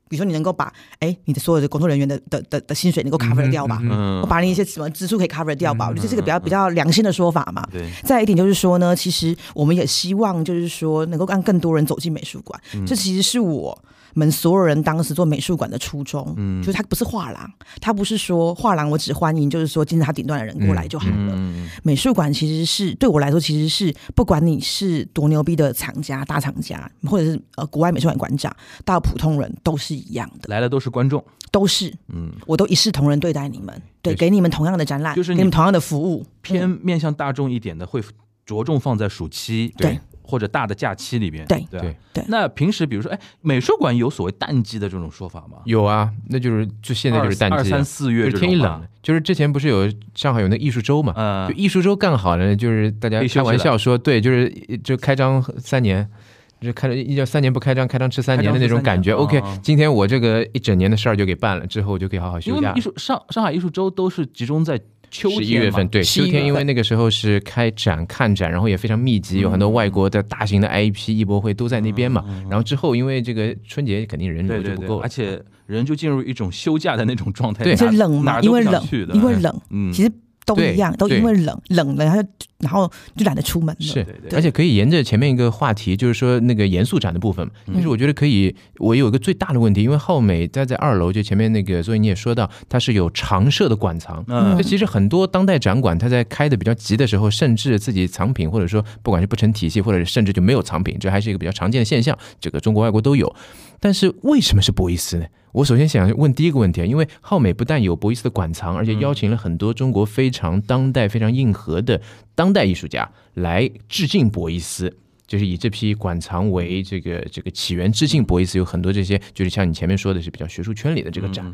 S3: 比如说，你能够把哎、你的所有的工作人员的的的的薪水能够 cover 掉吧，
S2: 嗯
S3: 我把你一些什么支出可以 cover 掉吧，我觉得这是个比较比较良心的说法嘛。
S2: 对，
S3: 再一点就是说呢，其实我们也希望就是说能够让更多人走进美术馆，
S2: 嗯
S3: 这其实是我。们所有人当时做美术馆的初衷，嗯，就是它不是画廊，它不是说画廊我只欢迎就是说金字塔顶端的人过来就好了。
S2: 嗯，
S3: 美术馆其实是对我来说，其实是不管你是多牛逼的厂家、大厂家，或者是呃国外美术馆馆长，到普通人都是一样的，
S2: 来的都是观众，
S3: 都是
S2: 嗯，
S3: 我都一视同仁对待你们，对，
S1: 就是
S3: 给你们同样的展览，
S2: 就是你
S3: 给你们同样的服务，
S2: 偏面向大众一点的会着重放在暑期，
S3: 对
S2: 或者大的假期里面，
S3: 对
S2: 对吧
S1: 对
S3: 对
S2: 那平时比如说，哎，美术馆有所谓淡季的这种说法吗？
S1: 有啊，那就是就现在就是淡
S2: 二
S1: 季
S2: 三
S1: 啊，
S2: 四
S1: 就
S2: 月
S1: 是
S2: 这
S1: 天
S2: 种
S1: 一
S2: 吧
S1: 冷，，就是之前不是有上海有那个艺术周嘛，
S2: 嗯
S1: 就，艺术周干好了呢，就是大家
S2: 可以休息
S1: 开
S2: 了
S1: 玩笑说，对，就是就开张三年。就开了要三年不开张，开张吃三年的那种感觉。
S2: 开张吃三
S1: OK，
S2: 年哦
S1: 今天我这个一整年的事儿就给办了，之后就可以好好
S2: 因
S1: 休
S2: 为
S1: 假
S2: 艺。术上上海艺术周都是集中在秋天
S1: 十一月
S2: 嘛
S1: 份，对，
S3: 11
S1: 秋天，
S3: 月
S1: 因为
S3: 份
S1: 那个时候是开展、看展，然后也非常密
S2: 嗯
S1: 集，有很多外国的大型的 IP 艺博会都在那边嘛。然后之后，因为这个春节肯定人
S2: 对
S1: 嗯流就
S2: 嗯对
S1: 不
S2: 对
S1: 够，了啊
S2: 而。且人就进入一种休假的那种状态，
S1: 对
S3: 就
S2: 哪
S3: 冷
S2: 哪
S3: 嘛，
S2: 儿都
S3: 因为
S2: 不想
S3: 冷
S2: 去，的
S3: 因为冷，
S2: 嗯，
S3: 其实都一样，
S1: 对
S3: 都因为冷，冷了然后就然后就懒得出门了。
S1: 是
S2: 对，对
S1: 而且可以沿着前面一个话题，就是说那个严肃展的部分嘛。
S2: 嗯
S1: 但是我觉得可以，我有一个最大的问题，因为浩美它在二楼，就前面那个，所以你也说到，它是有常设的馆藏。
S2: 嗯
S1: 这其实很多当代展馆，它在开的比较急的时候，甚至自己藏品，或者说不管是不成体系，或者甚至就没有藏品，这还是一个比较常见的现象，这个中国外国都有。但是为什么是博伊斯呢？我首先想问第一个问题啊，因为浩美不但有博伊斯的馆藏，而且邀请了很多中国非常当代、非常硬核的当代艺术家来致敬博伊斯。就是以这批馆藏为这个这个起源致敬博伊斯，有很多这些，就是像你前面说的是比较学术圈里的这个展。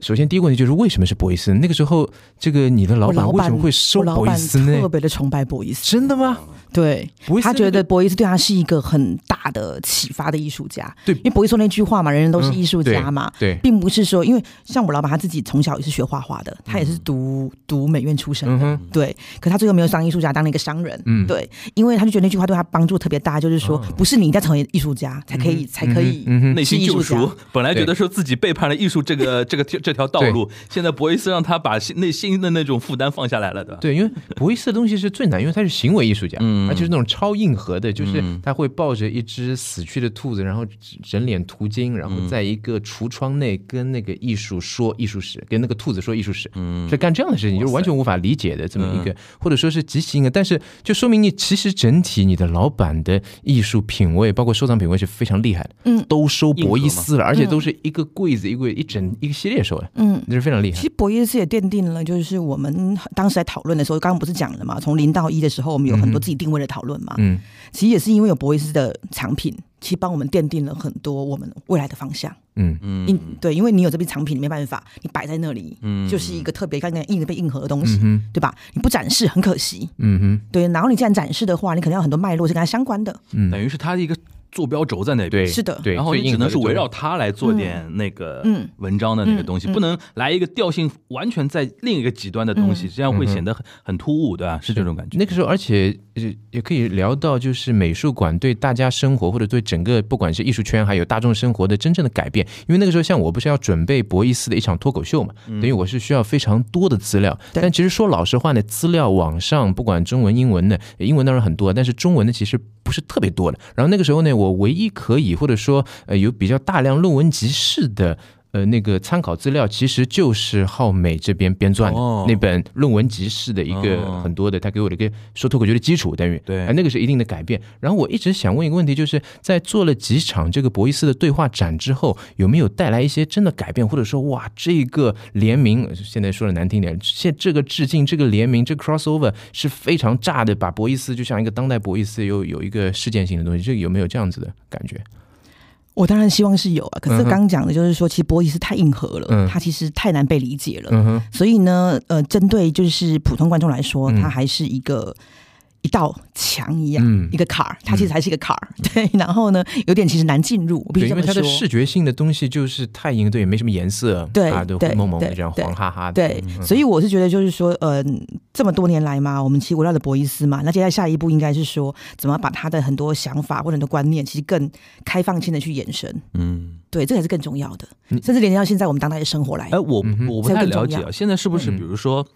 S1: 首先第一个问题就是为什么是博伊斯呢？那个时候，这个你的老
S3: 我
S1: 板
S3: 老
S1: 为什
S3: 板
S1: 么会收
S3: 我老
S1: 博伊
S3: 板
S1: 斯呢
S3: 特？别的崇拜博伊斯，
S1: 真的吗？
S3: 对
S1: 博伊斯
S3: 他觉
S1: 那
S3: 得
S1: 个
S3: 博伊斯对他是一个很大的启发的艺术家。
S1: 对
S3: 因为博伊斯说那句话嘛，人人都是艺术家嘛。
S1: 嗯对对
S3: 并不是说，因为像我老板他自己从小也是学画画的，他也是读、读美院出身的，
S1: 嗯哼
S3: 对。可他最后没有当艺术家，当了一个商人，
S1: 嗯哦
S3: 对。因为他就觉得那句话对他帮助特别大，就是说，不是你一定要成为艺术家才可以、才可以
S1: 嗯哼
S2: 内心
S3: 是艺
S2: 救
S3: 术家
S2: 赎，本来觉
S1: 对 (laughs)
S2: 得说自己背叛了艺术这个这个这这条道
S1: 对
S2: 路。现在博伊斯让他把心内心的那种负担放下来了，对吧？
S1: 对，因为博伊斯的东西是最难，因为他是行为艺术家，
S2: 嗯
S1: 而且是那种超硬核的，就是
S2: 嗯
S1: 他会抱着一只死去的兔子，然后人脸涂金，然后
S2: 嗯
S1: 在一个橱窗内跟那个艺术说艺术史，跟那个兔子说艺术史，
S2: 嗯
S1: 是干这样的事情，就是完全无法理解的这么一个，或者说是极其硬核，但是就说明你其实整体你的老板的艺术品味，包括收藏品味是非常厉害的，
S3: 嗯
S1: 都收博伊斯了，而且都是一个柜子一个柜一整一个系列收的，
S3: 嗯，
S1: 那是非常厉害
S3: 其。实博伊斯也奠定了，就是我们当时在讨论的时候，刚刚不是讲了嘛，从零到一的时候，我们有很多自己定位的讨论嘛。
S1: 嗯，
S3: 其实也是因为有博伊斯的产品，其实帮我们奠定了很多我们未来的方向。
S1: 嗯
S3: 嗯，对，因为你有这批产品，你没办法，你摆在那里，
S2: 嗯
S3: 就是一个特别刚刚硬的被硬核的东西，
S1: 嗯哼，
S3: 对吧？你不展示很可惜。
S1: 嗯哼，
S3: 对，然后你既然展示的话，你可能要有很多脉络是跟它相关的。
S1: 嗯，
S2: 等于是他的一个坐标轴在那边。
S1: 对，
S3: 是的
S1: 对，
S2: 然后
S1: 最
S2: 你
S1: 硬
S2: 只能
S1: 核
S2: 是
S1: 的
S2: 围
S1: 作
S2: 绕
S1: 品
S2: 它来做点那个
S3: 嗯
S2: 文章的那个东西，
S3: 嗯嗯
S2: 不能来一个调性完全在另一个极端的东
S1: 嗯
S2: 西，这样会显得很很突兀，对吧？是这种感觉。
S1: 那个时候，而且呃也可以聊到，就是美术馆对大家生活或者对整个不管是艺术圈还有大众生活的真正的改变。因为那个时候，像我不是要准备博伊斯的一场脱口秀嘛，
S2: 嗯
S1: 等于我是需要非常多的资料。
S3: 对
S1: 但其实说老实话呢，资料网上不管中文、英文的，呃英文当然很多，但是中文的其实不是特别多的。然后那个时候呢，我唯一可以或者说呃有比较大量论文集市的。呃，那个参考资料其实就是浩美这边编撰的、
S2: 哦
S1: 那本论文集市的一个
S2: 哦
S1: 很多的，他给我的一个说脱口秀的基础，等于
S2: 对
S1: 哎那个是一定的改变。然后我一直想问一个问题，就是在做了几场这个博伊斯的对话展之后，有没有带来一些真的改变，或者说哇，这个联名，呃现在说的难听点，现这个致敬、这个联名、这个 crossover 是非常炸的，把博伊斯就像一个当代博伊斯有有一个事件性的东西，这个有没有这样子的感觉？
S3: 我当然希望是有啊，可是
S1: 嗯哼
S3: 刚刚讲的就是说，其实博伊斯太硬核了，
S1: 嗯
S3: 它其实太难被理解了。
S1: 嗯哼，
S3: 所以呢，呃，针对就是普通观众来说，
S1: 嗯
S3: 它还是一个一道墙一样，
S1: 嗯
S3: 一。个坎儿，它其实还是一个坎儿。 (laughs) 对，然后呢，有点其实难进入，我必须
S1: 嗯对，因
S3: 这
S1: 为
S3: 么
S1: 它的
S3: 说。
S1: 视觉性的东西就是太硬，对，也没什么颜色，
S3: 对
S1: 啊，都
S3: 对
S1: 灰蒙蒙的
S3: 对
S1: 这样
S3: 对
S1: 黄哈哈的，
S3: 对，所以我是觉得，就是说，呃，这么多年来嘛，我们其实围绕着博伊斯嘛，那接下来下一步应该是说，怎么把他的很多想法或者很多观念，其实更开放性的去延伸。
S2: 嗯，
S3: 对，这才是更重要的，
S1: 嗯
S3: 甚至连接到现在我们当代的生活来。
S2: 哎，我
S1: 嗯哼
S2: 我不太了
S3: 这
S2: 解
S3: 个更重嗯
S2: 啊，现在是不是
S1: 嗯
S2: 比如说？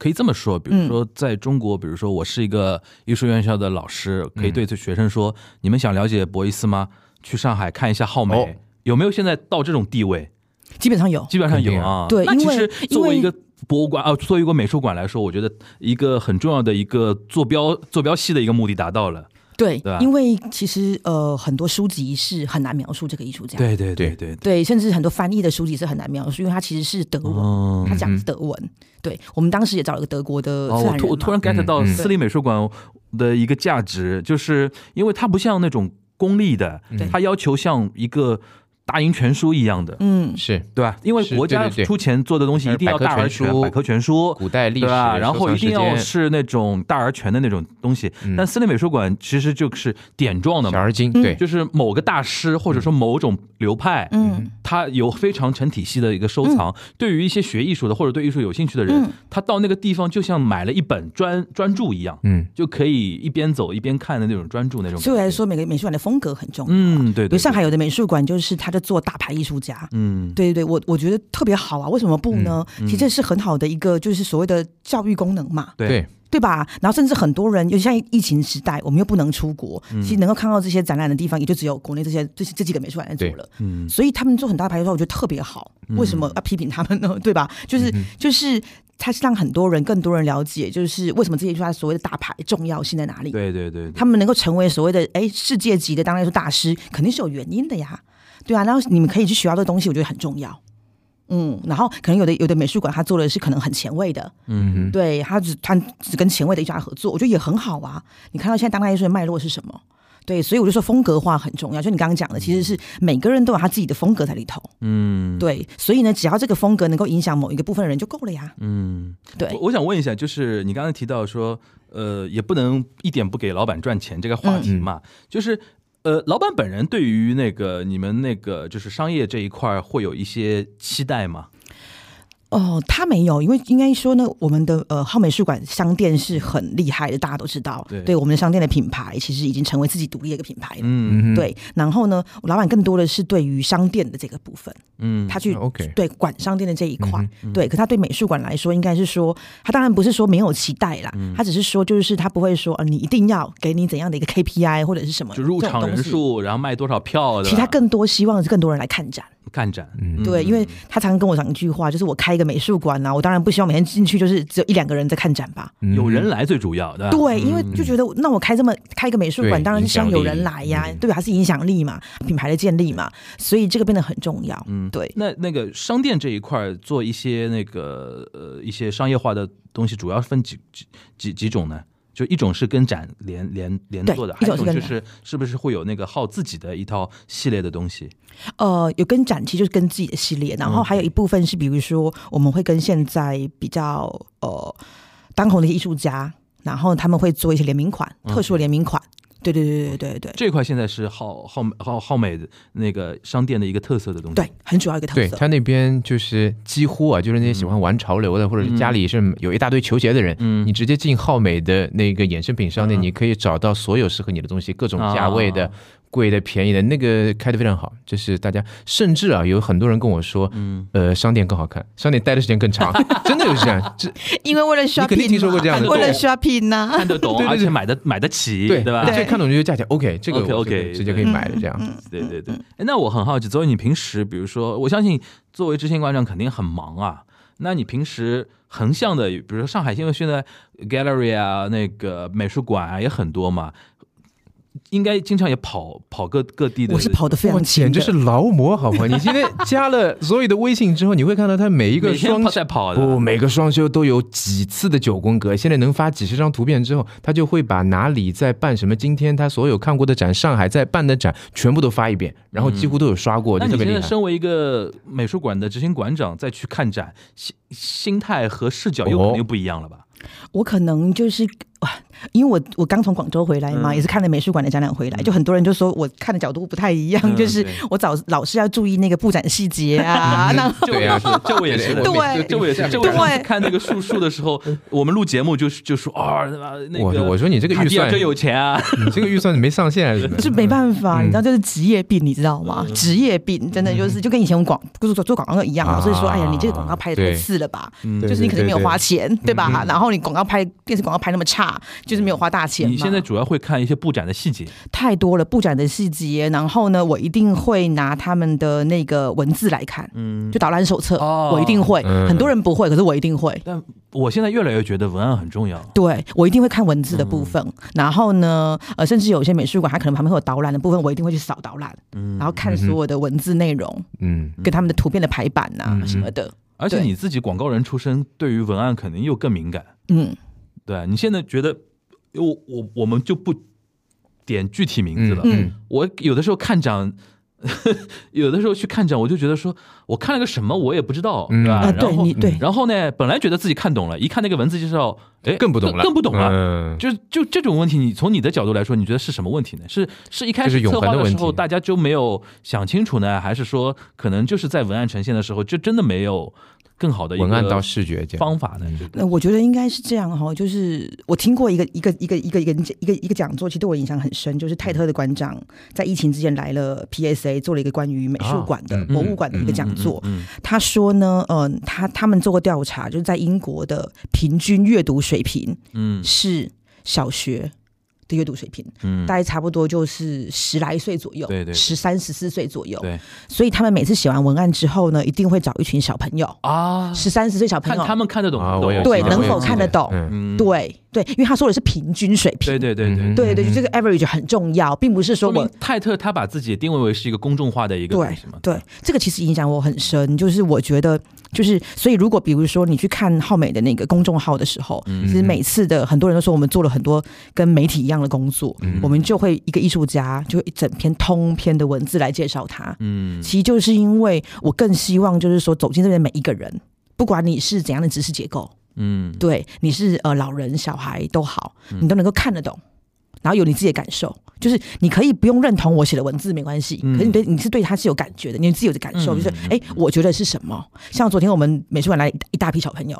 S2: 可以这么说，比如说，在中国，比如说我是一个艺术院校的老师，可
S1: 嗯
S2: 以对这学生说：你们想了解博伊斯吗？去上海看一下浩
S1: 哦
S2: 美，有没有现在到这种地位？
S3: 基本上有，
S2: 基本上有
S1: 肯定
S2: 啊。
S3: 对
S2: 那
S3: 因
S2: 其
S3: 为
S2: 实
S3: 因
S2: 作为一
S3: 为
S2: 个博物馆啊，作为一个美术馆来说，我觉得一个很重要的一个坐标坐标系的一个目的达到了。
S3: 对
S1: 啊
S2: 对吧，
S3: 因为其实呃，很多书籍是很难描述这个艺术家，
S2: 对对
S1: 对
S2: 对，
S3: 对，甚至很多翻译的书籍是很难描述，因为它其实是德文，
S2: 哦
S3: 它讲的
S1: 嗯
S3: 是德文。对我们当时也找了个德国的
S2: 哦，我
S3: 自然人嘛、啊
S2: 突我突然 get 到
S1: 嗯嗯
S2: 私立美术馆的一个价值，就是因为它不像那种公立的
S3: 嗯
S1: 对，
S2: 它要求像一个大英全书一样的，
S3: 嗯，
S1: 是
S2: 对吧？因为
S1: 是
S2: 国家
S1: 对对对
S2: 出钱做的东西一定要大而全、
S1: 百
S2: 百
S1: 科
S2: 科全书。
S1: 古代历
S2: 对
S1: 史，
S2: 吧？然后
S1: 收藏
S2: 一定
S1: 时间
S2: 要是那种大而全的那种东西，
S1: 嗯
S2: 但私立美术馆其实就是点状的
S1: 小
S2: 嘛，
S1: 而嗯精，
S3: 嗯
S1: 对，
S2: 就是某个大师或者说某种流派，
S3: 嗯，
S2: 他有非常成体系的一个收藏。对于一些学艺术的或者对艺术有兴趣的人，
S3: 嗯
S2: 他到那个地方就像买了一本专专著一样，
S1: 嗯
S2: 就可以一边走一边看的那种专著那种。
S3: 所以我来，说，每个美术馆的风格很重要。
S2: 嗯，对
S3: 比
S2: 对，
S3: 如上
S2: 对，
S3: 海有的美术馆就是它就做大牌艺术家。
S2: 嗯，
S3: 对对对，我我觉得特别好啊！为什么不呢？其实这是很好的一个，就是所谓的教育功能嘛，
S2: 对
S1: 对，
S3: 对吧？然后甚至很多人，尤其像疫情时代，我们又不能出国，
S2: 嗯
S3: 其实能够看到这些展览的地方，也就只有国内这些这些这几个美术馆在做
S1: 对
S3: 了。
S2: 嗯
S3: 所以他们做很大的牌的时候，我觉得特别好。为什么要批评他们呢？对吧？ (laughs)
S2: 嗯
S3: 就是、就是，它是让很多人更多人了解，就是为什么这些句话所谓的大牌重要性在哪里？
S2: 对对对，对
S3: 他们能够成为所谓的哎世界级的当代艺术大师，肯定是有原因的呀。对啊，然后你们可以去学到的东西，我觉得很重要。嗯，然后可能有的有的美术馆，他做的是可能很前卫的，
S1: 嗯哼，
S3: 对他只他只跟前卫的艺术家合作，我觉得也很好啊。你看到现在当代艺术的脉络是什么？对，所以我就说风格化很重要。就你刚刚讲的，其实是每个人都有他自己的风格在里头。
S2: 嗯
S3: 对，所以呢，只要这个风格能够影响某一个部分的人就够了呀。
S2: 嗯，
S3: 对
S2: 我，我想问一下，就是你刚才提到说，呃，也不能一点不给老板赚钱这个话题嘛，
S3: 嗯
S2: 就是。呃，老板本人对于那个你们那个就是商业这一块儿会有一些期待吗？
S3: 哦，他没有，因为应该说呢，我们的呃浩美术馆商店是很厉害的，大家都知道。
S2: 对
S3: 我们的商店的品牌其实已经成为自己独立的一个品牌了。
S1: 嗯，，
S2: 嗯
S3: 对，然后呢，老板更多的是对于商店的这个部分，
S2: 嗯，
S3: 他去
S1: OK
S3: 对管商店的这一块，
S1: 嗯
S3: 对。可他对美术馆来说，应该是说，他当然不是说没有期待啦，
S2: 嗯
S3: 他只是说，就是他不会说，呃，你一定要给你怎样的一个 KPI 或者是什么
S2: 就入
S3: 呃这种
S2: 场
S3: 东
S2: 人
S3: 西。
S2: 数，然后卖多少票，
S3: 其实他更多希望是更多人来看展，
S2: 干展，嗯
S3: 对，因为他常跟我讲一句话，就是我开一个美术馆啊，我当然不希望每天进去就是只有一两个人在看展吧。
S1: 嗯
S2: 有人来最主要，
S1: 啊
S2: 对吧？
S3: 对，因为就觉得那我开这么开一个美术
S1: 对
S3: 馆，当然是希望
S1: 影响
S3: 有
S1: 力嗯
S3: 人来呀、对吧？还是影响力嘛，品牌的建立嘛，所以这个变得很重要。嗯，对。
S2: 那那个商店这一块儿做一些那个呃一些商业化的东西，主要分几几几几种呢？就一种是跟展联联联
S3: 对
S2: 做的，
S3: 一
S2: 还有一
S3: 种是
S2: 种
S3: 跟
S2: 就
S3: 展
S2: 是是不是会有那个号自己的一套系列的东西？
S3: 呃，有跟展期就是跟自己的系列，然
S1: 嗯
S3: 后还有一部分是，比如说我们会跟现在比较呃当红的艺术家，然后他们会做一些联名款，
S1: 嗯
S3: 特殊的联名款。对对对对对对
S2: 这块现在是浩浩浩浩美的那个商店的一个特色的东西。
S3: 对，对，很主要一个特
S1: 对
S3: 色。
S1: 他那边就是几乎啊，就是那些喜欢玩潮流的，或者是家里是有一大堆球鞋的人，
S2: 嗯
S1: 你直接进浩美的那个衍生品商店，
S2: 嗯
S1: 你可以找到所有适合你的东西，各种
S2: 啊
S1: 价位的。贵的、便宜的，那个开的非常好，就是大家甚至啊，有很多人跟我说，
S2: 嗯，
S1: 呃，商店更好看，商店待的时间更
S2: (laughs)
S1: 长，真的有这样，这
S3: 因为为了 shopping，
S1: 肯定听说过这样
S2: 的
S3: 嘛为了
S2: 对
S3: shopping 呢、
S2: 看得
S1: (laughs)
S2: 懂，
S1: 对对对
S2: 而且买的买得起，
S1: 对
S2: 吧？
S1: 这看懂就是价钱，OK，这个
S2: OK，
S1: 我是
S2: OK，
S1: 直接可以
S2: 对
S1: 买的这样。
S2: 对对
S1: 嗯
S2: 对。哎，那我很好奇，作为你平时，比如说，我相信作为知县馆长肯定很忙啊。那你平时横向的，比如说上海，因为现在 gallery 啊，那个美术馆啊也很多嘛，应该经常也跑跑各各地的。
S3: 我是跑得非
S1: 哇，
S3: 常勤
S1: 简
S3: 的，
S1: 直是劳模，好吗？你今天加了 Zoe 的微信之后，你会看到他每一个
S2: 每天
S1: 双
S2: 跑在跑的。
S1: 不，每个双休都有几次的九宫格。现在能发几十张图片之后，他就会把哪里在办什么，今天他所有看过的展，上海在办的展全部都发一遍，然后几乎都有刷过，
S2: 那
S1: 就特
S2: 你
S1: 别
S2: 现
S1: 厉
S2: 在
S1: 害。
S2: 身为一个美术馆的执行馆长，再去看展，心心态和视角又
S1: 哦
S2: 肯定不一样了
S1: (laughs)
S2: 吧？
S3: 我可能就是哇，因为我我刚从广州回来嘛，
S2: 嗯
S3: 也是看了美术馆的展览回来，就很多人就说我看的角度不太一样，
S2: 嗯
S3: 就是
S2: 对
S3: 我早老是要注意那个布展细节啊，那
S1: 对啊，是
S2: 这我也是，
S1: 我每次
S2: (laughs) 这我也
S3: (laughs)
S2: 是，这我
S3: 对嗯
S2: 也是看那个树树的时
S3: (laughs)
S2: 候，我们录节目就是就说啊，那
S1: 我
S2: 个
S1: 我说你这个
S2: 卡
S1: 预
S2: 地亚
S1: 算
S2: 真，有钱啊，
S1: 你这个预算没上限还啊是什么？
S3: 就没办法，
S1: 嗯
S3: 你知道这是职业病，你知道吗？职业病真的就是就跟以前我们广做做广告一样，
S1: 啊
S3: 老是说哎呀，你这个广告拍的太次了吧，
S1: 对
S3: 就是你可能没有花钱，对吧
S1: 嗯？
S3: 然后你广告拍电视广告拍那么差，就是没有花大钱嘛。
S2: 你现在主要会看一些布展的细节，
S3: 太多了布展的细节，然后呢，我一定会拿他们的那个文字来看，
S2: 嗯，
S3: 就导览手册，
S2: 哦
S3: 我一定会、
S1: 嗯
S3: 很多人不会，可是我一定会。
S2: 但我现在越来越觉得文案很重要，
S3: 对，我一定会看文字的
S1: 嗯
S3: 部分，然后呢，呃，甚至有些美术馆，它可能旁边会有导览的部分，我一定会去扫导览，
S2: 嗯
S3: 然后看所有的文字内容、
S1: 嗯，
S3: 跟他们的图片的排版啊、
S2: 嗯嗯
S3: 什么的，
S2: 而且
S3: 对
S2: 你自己广告人出身，对于文案肯定又更敏感，
S3: 嗯，
S2: 对你现在觉得，我我我们就不点具体名字了，
S1: 嗯
S2: 我有的时候看展。 (laughs) 有的时候去看展，我就觉得说，我看了个什么，我也不知道，
S1: 嗯
S2: 对吧？
S1: 啊
S3: 对
S2: 然后
S3: 你对
S2: 然后呢，本来觉得自己看懂了，一看那个文字介绍，哎，
S1: 更不懂了，
S2: 更不懂了。
S1: 嗯，
S2: 就就这种问题，你从你的角度来说，你觉得是什么问题呢？是是一开
S1: 这
S2: 始
S1: 是永
S2: 策
S1: 恒
S2: 划
S1: 的
S2: 时
S1: 问
S2: 候
S1: 题
S2: 大家就没有想清楚呢，还是说可能就是在文案呈现的时候，就真的没有更好的一个
S1: 文案到视觉这样。
S2: 方法呢？就
S3: 那我觉得应该是这样哈、就是我听过一个一个一个一个一个一个一个讲座，其实对我影响很深，就是泰特的馆长在疫情之前来了 PSA，做了一个关于美术馆的、
S1: 啊嗯
S3: 博物馆的一个讲座。
S2: 嗯，嗯嗯
S3: 他说呢，嗯、他他们做过调查，就是在英国的平均阅读水平
S2: 嗯
S3: 是小学的阅读水平，
S2: 嗯，
S3: 大概差不多就是十来岁左右，
S2: 对对对
S3: 十三十四岁左右。
S2: 对
S3: 所以他们每次写完文案之后呢，一定会找一群小朋友，
S2: 啊，
S3: 十三十岁小朋
S2: 看
S3: 友，
S2: 他们看得懂
S1: 啊，
S2: 不懂
S1: 我也
S3: 嗯对
S1: 记得
S3: 能
S1: 我也
S3: 否
S1: 记
S3: 看得懂
S1: 嗯
S2: 嗯，
S3: 对对，因为他说的是平均水平，
S2: 对对对对
S1: 嗯
S3: 对对，就这个 average 很重要，并不是说
S2: 说
S3: 我
S2: 明泰特他把自己定位为是一个公众化的一个
S3: 对
S2: 东西嘛
S3: 对，这个其实影响我很深，就是我觉得就是，所以如果比如说你去看浩美的那个公众号的时候，
S2: 嗯
S3: 其实每次的很多人都说我们做了很多跟媒体一样的工作，
S2: 嗯
S3: 我们就会一个艺术家就会一整篇通篇的文字来介绍他，
S2: 嗯
S3: 其实就是因为我更希望就是说走进这边的每一个人，不管你是怎样的知识结构，
S2: 嗯，
S3: 对，你是呃老人、小孩都好，你都能够看得懂，然后有你自己的感受，就是你可以不用认同我写的文字没关系，
S2: 嗯
S3: 可是你对你是对它是有感觉的，你自己有的感
S2: 嗯
S3: 受，就是
S2: 嗯
S3: 哎、诶我觉得是什么？像昨天我们美术馆来一大批小朋友，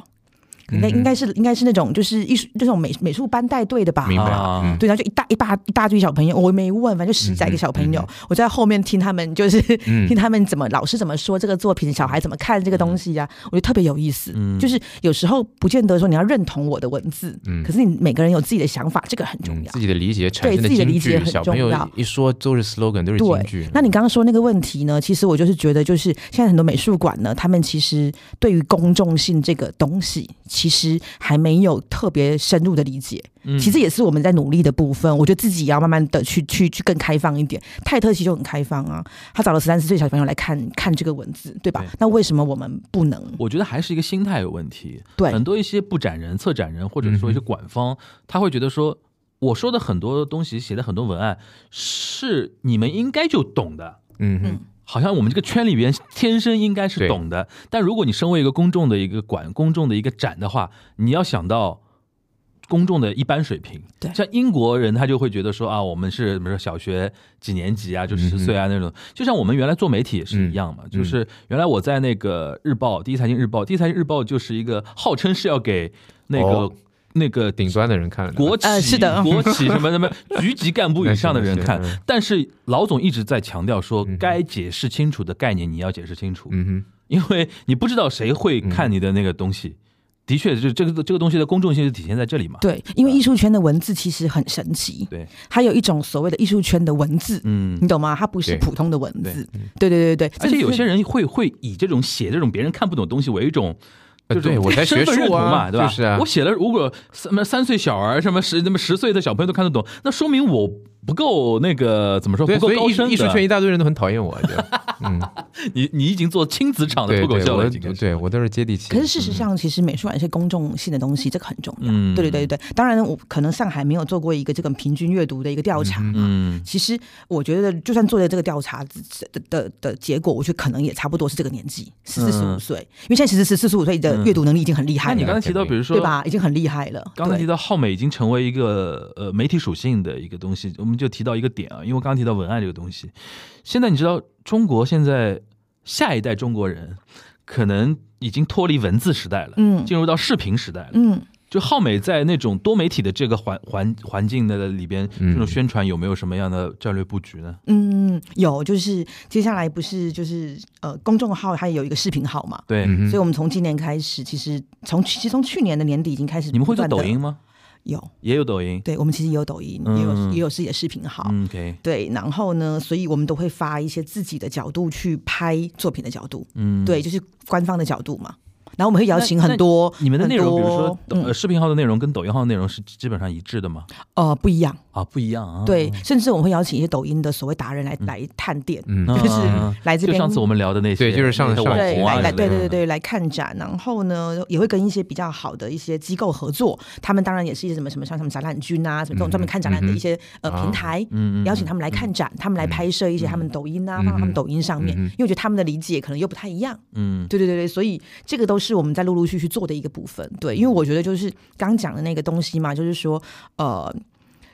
S2: 嗯
S3: 应该应该是应该是那种就是艺术这种美美术班带队的吧，
S1: 明白
S2: 啊，
S1: 嗯
S3: 对，然后就一大一大一大堆小朋友，我也没问，反正就十几个小朋友，我在后面听他们，就是、 (laughs) 听他们怎么老师怎么说这个作品，小孩怎么看这个东西呀、啊我觉得特别有意思。就是有时候不见得说你要认同我的文字，可是你每个人有自己的想法，这个很重
S1: 嗯，
S3: 要。
S1: 自己的理解产生
S3: 自己的
S1: 金
S3: 理解
S1: 句，
S3: 很
S1: 小朋友
S3: 重要
S1: 一说都是 slogan，都是金句
S3: 对。，那你刚刚说那个问题呢？其实我就是觉得，就是现在很多美术馆呢，他们其实对于公众性这个东西，其实还没有特别深入的理解。
S2: 嗯
S3: 其实也是我们在努力的部分。我觉得自己也要慢慢的去去去更开放一点。泰特其实就很开放啊，他找了十三四岁小朋友来看看这个文字，对吧？
S2: 对
S3: 那为什么我们不能？
S2: 我觉得还是一个心态有问题。
S3: 对
S2: 很多一些布展人、策展人，或者说一些馆方，他会觉得说，我说的很多东西，写的很多文案，是你们应该就懂的。
S1: 嗯哼
S3: 嗯
S2: 好像我们这个圈里边天生应该是
S1: 对
S2: 懂的，但如果你身为一个公众的一个馆、公众的一个展的话，你要想到公众的一般水平。
S3: 对
S2: 像英国人他就会觉得说啊，我们是比如说小学几年级啊，就
S1: 嗯
S2: 十
S1: 哼嗯
S2: 岁啊那种，就像我们原来做媒体也是一样嘛，就是原来我在那个日报，第一财经日报，第一财经日报就是一个号称是要给那个、
S1: 哦
S2: 那个
S1: 顶端的人看了
S2: 国企、
S3: 呃是的
S2: 国企什么什么局级干部以上的人
S1: (laughs)
S2: 看
S1: 那是那是，
S2: 但是老总一直在强调说
S1: 嗯，
S2: 该解释清楚的概念你要解释清楚，
S1: 嗯
S2: 因为你不知道谁会看你的那个东西。的确，就这个这个东西的公众性就体现在这里嘛。
S3: 对，因为艺术圈的文字其实很神奇，
S2: 啊对，
S3: 它有一种所谓的艺术圈的文字，
S2: 嗯
S3: 你，懂吗？它不是
S1: 对
S3: 普通的文字，对对对对对，
S2: 而且有些
S3: 人
S2: 人会会以这种写这种别人看不懂的东西为一种。
S1: 呃
S2: 就是
S1: 对我才
S2: 身份
S1: 学
S2: 认
S1: 术啊
S2: 同嘛，对吧？
S1: 就是啊
S2: 我写了，如果什么三岁小儿，什么十什么十岁的小朋友都看得懂，那说明我不够那个怎么说，
S1: 哼，对，
S2: 不够
S1: 所以
S2: 高深
S1: 艺
S2: 的。
S1: 艺术圈一大堆人都很讨厌我，
S2: (laughs)
S1: 对嗯，
S2: 你你已经做亲子场的
S1: 对
S2: 脱口
S1: 对，
S2: 秀
S1: 我
S2: 了，已经开始
S1: 对我都是接地气。
S3: 可是事实上，其实美术馆一些公众性的东西，这个很重要。
S2: 嗯
S3: 对对对对，当然我可能上海没有做过一个这个平均阅读的一个调查。
S2: 嗯
S3: 其实我觉得，就算做了这个调查的的的结果，我觉得可能也差不多是这个年纪，十四十五
S2: 嗯
S3: 岁，因为现在十四十四五岁的阅读能力已经很厉害
S2: 那
S3: 了，
S2: 你刚才提到，比如说
S3: 对，吧？已经很厉害了。
S2: 刚才
S3: 对
S2: 提到浩美已经成为一个呃媒体属性的一个东西，我们就提到一个点啊，因为我刚刚提到文案这个东西，现在你知道中国现在下一代中国人可能已经脱离文字时代了，
S3: 嗯
S2: 进入到视频时代了。
S3: 嗯，
S2: 就浩美在那种多媒体的这个环环环境的里边，
S1: 嗯
S2: 这种宣传有没有什么样的战略布局呢？
S3: 嗯，有，就是接下来不是就是呃，公众号它也有一个视频号嘛，
S2: 对，
S1: 嗯哼，
S3: 所以我们从今年开始，其实从其实从去年的年底已经开始，
S2: 你们会做抖音？吗？
S3: 有，
S2: 也有抖音。
S3: 对我们其实也有抖音，也有
S2: 嗯
S3: 也有自己的视频号。
S2: 嗯，OK，
S3: 对，然后呢，所以我们都会发一些自己的角度去拍作品的角度，
S2: 嗯，
S3: 对，就是官方的角度嘛。然后我们会邀请
S2: 那
S3: 很多
S2: 你们的内容，比如说
S3: 很多嗯
S2: 呃，视频号的内容跟抖音号的内容是基本上一致的吗？
S3: 呃不一样，
S2: 啊，不一样啊。
S3: 对，甚至我们会邀请一些抖音的所谓达人来来探店，
S1: 嗯
S2: 嗯，
S3: 就是来这
S2: 就
S3: 边
S2: 上次我们聊的那些，
S1: 对就是上
S2: 那些网
S1: 上
S3: 对，
S2: 红啊
S3: 来
S2: 之类的，
S3: 来，对对对对，来看展，然后呢，也会跟一些比较好的一些机构合作，他们当然也是一些什么什么像什么展览军啊，什么这种专门看展览的一些呃
S1: 啊
S3: 平台，
S2: 嗯嗯，嗯嗯
S3: 邀请他们来看展，他们来拍摄一些他们抖音啊，放到他们抖音上面，因为我觉得他们的理解可能又不太一样。
S2: 嗯，
S3: 对对对对，所以这个都是我们在陆陆续续做的一个部分。对，因为我觉得就是刚讲的那个东西嘛，就是说，呃。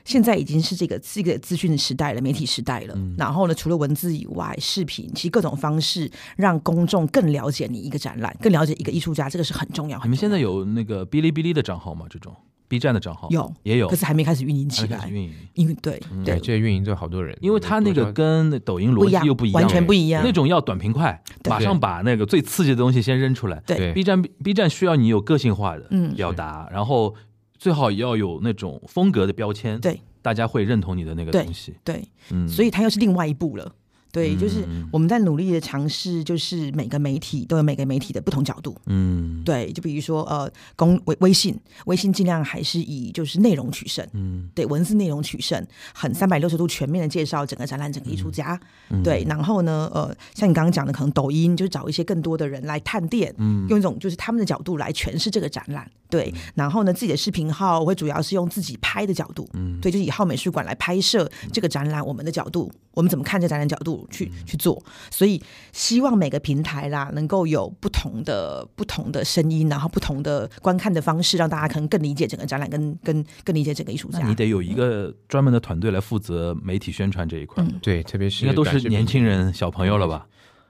S3: 现在已经是这个这个资讯时代了，媒体时代了。
S2: 嗯
S3: 然后呢，除了文字以外，视频其实各种方式让公众更了解你一个展览，更了解一个艺术家，这个是很重要。
S2: 你
S3: 很
S2: 们
S3: 重
S2: 现
S3: 要
S2: 在有那个哔哩哔哩的账号吗？这种 B 站的账号
S3: 有
S2: 也有，
S3: 可是还没开始运营起
S2: 哦还没开
S3: 来
S2: 始，运营，嗯
S3: 因为对
S1: 对，
S3: 对
S1: 这运营就好多人，
S2: 因为他那个
S1: 多少
S2: 跟抖音逻
S3: 一样
S2: 辑又不一样，
S3: 完全不一样
S2: 那种要短平快，
S3: 对
S2: 马上把那个最刺激的东西先扔出来。
S3: 对
S1: 对
S2: B 站 B 站需要你有个性化的
S3: 嗯
S2: 表达，然后最好要有那种风格的标签，
S3: 对，
S2: 大家会认同你的那个
S3: 对
S2: 东西。
S3: 对，
S2: 嗯，
S3: 所以它又是另外一步了。对，就是
S2: 嗯
S3: 我们在努力的尝试，就是每个媒体都有每个媒体的不同角度。
S2: 嗯，
S3: 对，就比如说呃，公微微信，微信尽量还是以就是内容取胜，
S2: 嗯，
S3: 对，文字内容取胜，很三百六十度全面的介绍整个展览、整个
S2: 嗯
S3: 艺术家，对。然后呢，呃，像你刚刚讲的，可能抖音就找一些更多的人来探店，嗯，用一种就是他们的角度来诠释这个展览，对。
S2: 嗯
S3: 然后呢，自己的视频号我会主要是用自己
S2: 嗯
S3: 拍的角度，嗯，对，就是以浩美术馆来拍摄这个展览，我们的角度，我们怎么看这展览角度，助去去做。所以希望每个平台啦，能够有不同的不同的声音，然后不同的观看的方式，让大家可能更理解整个展览，跟跟更理解整个艺术
S2: 那
S3: 家。
S2: 你得有一个专门的团队来负责媒体宣传这一块，
S3: 嗯
S1: 对，特别是
S2: 应该都
S1: 短
S2: 是
S1: 视
S2: 年
S1: 频
S2: 轻人小朋友了吧？